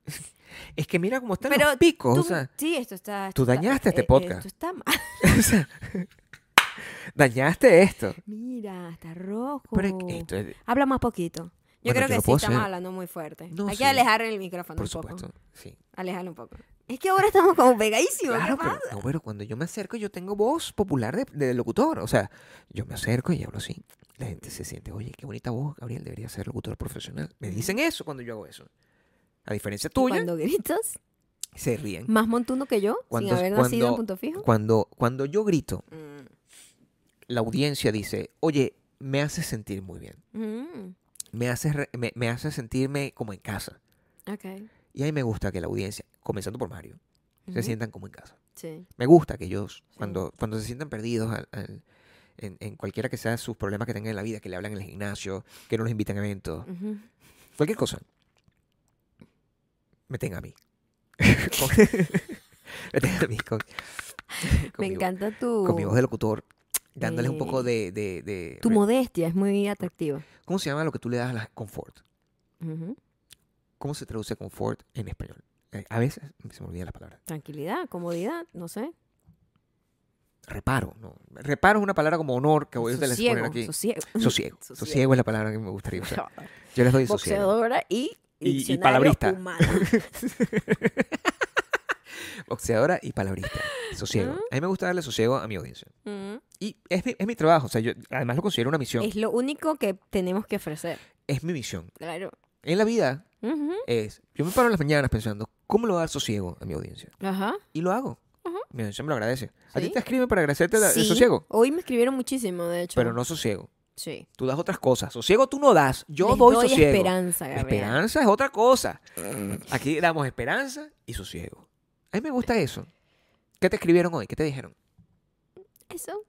Speaker 3: Es que mira cómo están
Speaker 1: Pero
Speaker 3: los picos.
Speaker 1: tú-
Speaker 3: o sea,
Speaker 1: sí, esto está. esto
Speaker 3: tú
Speaker 1: está-
Speaker 3: dañaste este
Speaker 1: eh,
Speaker 3: podcast.
Speaker 1: Esto está mal.
Speaker 3: o sea, dañaste esto.
Speaker 1: Mira, está rojo.
Speaker 3: Pero es que esto es-
Speaker 1: Habla más poquito. Yo
Speaker 3: Bueno,
Speaker 1: creo
Speaker 3: yo
Speaker 1: que
Speaker 3: lo
Speaker 1: sí
Speaker 3: puedo
Speaker 1: estamos
Speaker 3: hacer.
Speaker 1: hablando muy fuerte.
Speaker 3: No,
Speaker 1: Hay
Speaker 3: sí.
Speaker 1: que alejar el micrófono
Speaker 3: por
Speaker 1: un poco.
Speaker 3: supuesto. Sí.
Speaker 1: Alejarlo un poco. Es que ahora estamos como pegadísimos. ¿qué
Speaker 3: Claro, pero,
Speaker 1: pasa?
Speaker 3: no, pero cuando yo me acerco, yo tengo voz popular de, de locutor. O sea, yo me acerco y hablo así. La gente se siente, oye, qué bonita voz, Gabriel, debería ser locutor profesional. Me dicen eso cuando yo hago eso. A diferencia
Speaker 1: Y
Speaker 3: tuya,
Speaker 1: Cuando gritas,
Speaker 3: se ríen.
Speaker 1: más montuno que yo, sin
Speaker 3: Cuando-
Speaker 1: haber nacido en
Speaker 3: cuando-
Speaker 1: punto fijo.
Speaker 3: Cuando, cuando yo grito,
Speaker 1: Mm,
Speaker 3: la audiencia dice, oye, me hace sentir muy bien.
Speaker 1: mm,
Speaker 3: Me hace, re- me, me hace sentirme como en casa.
Speaker 1: Ok.
Speaker 3: Y ahí me gusta que la audiencia, comenzando por Mario, se
Speaker 1: Ujú.
Speaker 3: sientan como en casa.
Speaker 1: Sí.
Speaker 3: Me gusta que ellos, cuando, cuando se sientan perdidos al- al- en, en cualquiera que sea sus problemas que tengan en la vida, que le hablan en el gimnasio, que no los invitan a eventos,
Speaker 1: Ujú.
Speaker 3: cualquier cosa, me tengan a mí. me tengan a mí. Con, con
Speaker 1: Me
Speaker 3: mi, vo-
Speaker 1: encanta tu,
Speaker 3: Con mi voz de locutor, dándoles un poco
Speaker 1: Eh,
Speaker 3: de... de- de-
Speaker 1: tu
Speaker 3: re-
Speaker 1: modestia, es muy atractiva.
Speaker 3: ¿Cómo se llama lo que tú le das a las confort?
Speaker 1: Ujú.
Speaker 3: ¿Cómo se traduce confort en español? Eh, a veces se me olvida la palabra.
Speaker 1: Tranquilidad, comodidad, no sé.
Speaker 3: Reparo. No. Reparo es una palabra como honor que voy a poner
Speaker 1: Sosiego,
Speaker 3: aquí.
Speaker 1: sosiego.
Speaker 3: Sosiego.
Speaker 1: Sosiego.
Speaker 3: Sosiego es la palabra que me gustaría usar. Yo les doy sosiego.
Speaker 1: Boxeadora y,
Speaker 3: Y- y
Speaker 1: diccionario
Speaker 3: palabrista.
Speaker 1: humano.
Speaker 3: Boxeadora y palabrista. Sosiego.
Speaker 1: Ah.
Speaker 3: A mí me gusta darle sosiego a mi audiencia.
Speaker 1: Ujú.
Speaker 3: Y es mi, es mi trabajo. O sea, yo además lo considero una misión. Es,
Speaker 1: Es lo único que tenemos que ofrecer.
Speaker 3: mi misión.
Speaker 1: Claro.
Speaker 3: En la vida
Speaker 1: Ujú.
Speaker 3: es. Yo me paro en las mañanas pensando, ¿cómo lo voy a dar sosiego a mi audiencia?
Speaker 1: Ajá.
Speaker 3: Y lo hago.
Speaker 1: Ujú.
Speaker 3: Mi audiencia me lo agradece. A ti
Speaker 1: Sí.
Speaker 3: te escriben para agradecerte la- el
Speaker 1: Sí,
Speaker 3: sosiego.
Speaker 1: Hoy me escribieron muchísimo, de hecho.
Speaker 3: Pero no sosiego.
Speaker 1: Sí.
Speaker 3: Tú das otras cosas. Sosiego tú no das. Yo
Speaker 1: Les
Speaker 3: doy,
Speaker 1: doy
Speaker 3: sosiego.
Speaker 1: esperanza, Eh.
Speaker 3: La
Speaker 1: Gabriel.
Speaker 3: Esperanza es otra cosa. Aquí damos esperanza y sosiego. A mí me gusta eso. ¿Qué te escribieron hoy? ¿Qué te dijeron?
Speaker 1: Eso.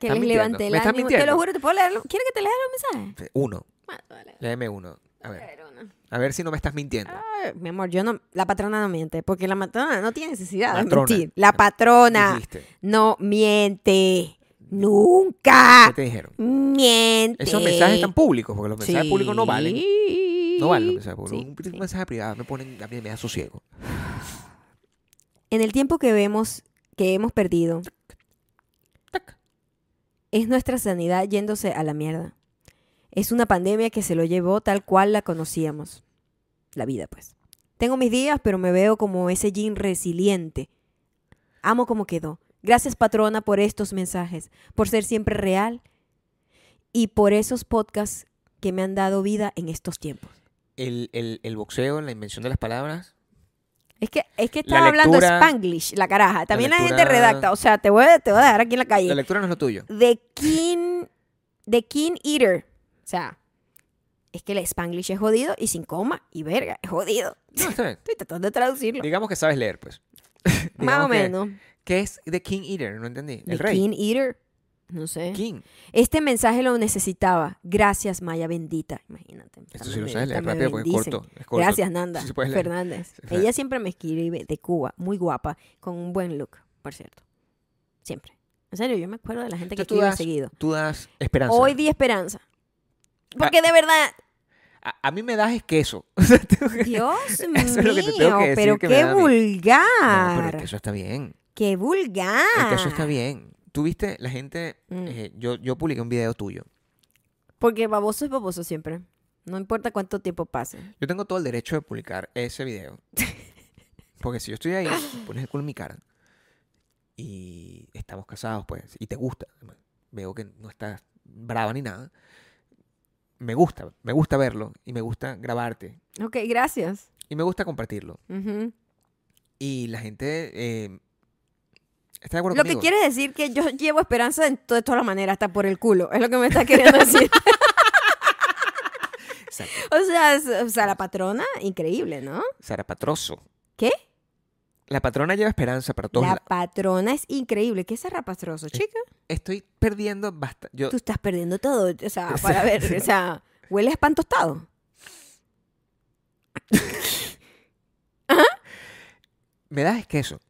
Speaker 1: Que les
Speaker 3: Estás mintiendo.
Speaker 1: levanté el
Speaker 3: Me estás
Speaker 1: ánimo. Te
Speaker 3: mintiendo.
Speaker 1: lo juro, te puedo leerlo. ¿Quieres que te lea los mensajes?
Speaker 3: Uno.
Speaker 1: Bueno, vale.
Speaker 3: Léeme uno. A
Speaker 1: A
Speaker 3: ver.
Speaker 1: ver, uno.
Speaker 3: A ver si no me estás mintiendo.
Speaker 1: Ay, Mi amor, yo no. La patrona no miente, porque la patrona no tiene necesidad
Speaker 3: Matrona.
Speaker 1: de mentir. La patrona
Speaker 3: Dijiste.
Speaker 1: no miente. Nunca Ah.
Speaker 3: ¿Qué te dijeron?
Speaker 1: miente.
Speaker 3: Esos mensajes están públicos, porque los mensajes
Speaker 1: Sí.
Speaker 3: públicos no valen. No valen los mensajes públicos.
Speaker 1: Sí,
Speaker 3: un,
Speaker 1: sí.
Speaker 3: un mensaje privado me ponen, a mí me da sosiego.
Speaker 1: En el tiempo que vemos, que hemos perdido, es nuestra sanidad yéndose a la mierda. Es una pandemia que se lo llevó tal cual la conocíamos. la vida, pues. Tengo mis días, pero me veo como ese jean resiliente. Amo como quedó. Gracias, patrona, por estos mensajes, por ser siempre real y por esos podcasts que me han dado vida en estos tiempos.
Speaker 3: El, el, el boxeo, la invención de las palabras.
Speaker 1: Es que, es que
Speaker 3: La
Speaker 1: estaba hablando
Speaker 3: lectura-
Speaker 1: spanglish, la caraja. También la, gente
Speaker 3: lectura-
Speaker 1: redacta. O sea, te voy, a- te voy a dejar aquí en la calle.
Speaker 3: La lectura no es lo tuyo.
Speaker 1: The King, The King Eater. O sea, es que el Spanglish es jodido y sin coma y verga, es jodido.
Speaker 3: No, está bien.
Speaker 1: Estoy tratando de traducirlo.
Speaker 3: Digamos que sabes leer, pues.
Speaker 1: Más o
Speaker 3: Digamos que-
Speaker 1: menos.
Speaker 3: ¿Qué es The King Eater? No entendí.
Speaker 1: The
Speaker 3: El rey.
Speaker 1: King Eater. No sé.
Speaker 3: King.
Speaker 1: Este mensaje lo necesitaba. Gracias, Maya bendita. Imagínate.
Speaker 3: Esto
Speaker 1: también
Speaker 3: sí lo
Speaker 1: me-
Speaker 3: sabes leer
Speaker 1: también me
Speaker 3: rápido porque es
Speaker 1: bendicen.
Speaker 3: corto, es corto.
Speaker 1: Gracias, Nanda
Speaker 3: Sí se puede leer.
Speaker 1: Fernández.
Speaker 3: Sí, claro.
Speaker 1: Ella siempre me escribe de Cuba, muy guapa, con un buen look, por cierto. Siempre. En serio, yo me acuerdo de la gente que
Speaker 3: Entonces, tú,
Speaker 1: escribe
Speaker 3: das,
Speaker 1: seguido.
Speaker 3: tú das esperanza. Ah.
Speaker 1: Hoy di esperanza. Porque de verdad,
Speaker 3: a, a mí me das es queso.
Speaker 1: Dios
Speaker 3: Eso es lo que te tengo
Speaker 1: mío,
Speaker 3: que decir
Speaker 1: pero
Speaker 3: que me
Speaker 1: qué
Speaker 3: da a mí. No, pero
Speaker 1: vulgar.
Speaker 3: el queso está bien.
Speaker 1: Qué vulgar.
Speaker 3: El queso está bien. Tú viste, la gente.
Speaker 1: Mm.
Speaker 3: eh, yo, yo publiqué un video tuyo.
Speaker 1: Porque baboso es baboso siempre. No importa cuánto tiempo pase.
Speaker 3: Yo tengo todo el derecho de publicar ese video. Porque si yo estoy ahí, pones el culo en mi cara. Y estamos casados, pues. Y te gusta. además. Veo que no estás brava ni nada. Me gusta. Me gusta verlo. Y me gusta grabarte.
Speaker 1: Ok, gracias.
Speaker 3: Y me gusta compartirlo.
Speaker 1: Ujú.
Speaker 3: Y la gente. eh, está de acuerdo
Speaker 1: Lo que
Speaker 3: conmigo.
Speaker 1: quiere decir que yo llevo esperanza en to- de todas las maneras, hasta por el culo. Es lo que me está queriendo decir.
Speaker 3: Exacto.
Speaker 1: o, sea, es- o sea, la patrona, increíble, ¿no?
Speaker 3: Sara Patroso.
Speaker 1: ¿Qué?
Speaker 3: La patrona lleva esperanza para todos.
Speaker 1: la
Speaker 3: la- Eh,
Speaker 1: patrona es increíble. ¿Qué es rapastroso, chica?
Speaker 3: Estoy perdiendo bastante. Yo,
Speaker 1: Tú estás perdiendo todo. O sea,
Speaker 3: Exacto.
Speaker 1: para ver, o sea, huele a pan tostado.
Speaker 3: Me das es queso.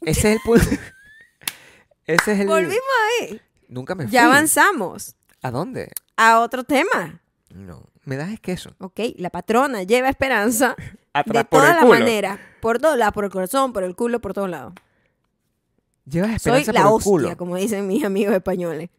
Speaker 3: Ese es el punto. Ese es el.
Speaker 1: Volvimos a ver.
Speaker 3: Nunca me fui.
Speaker 1: Ya avanzamos
Speaker 3: ¿A dónde?
Speaker 1: a otro tema.
Speaker 3: No. Me das es queso.
Speaker 1: Ok, la patrona lleva esperanza de
Speaker 3: Atrás Ah, por
Speaker 1: todas
Speaker 3: el
Speaker 1: las
Speaker 3: culo.
Speaker 1: maneras. Por todos lados, por el corazón, por el culo, por todos lados.
Speaker 3: Llevas
Speaker 1: Soy
Speaker 3: esperanza
Speaker 1: la
Speaker 3: por el
Speaker 1: hostia,
Speaker 3: culo.
Speaker 1: como dicen mis amigos españoles.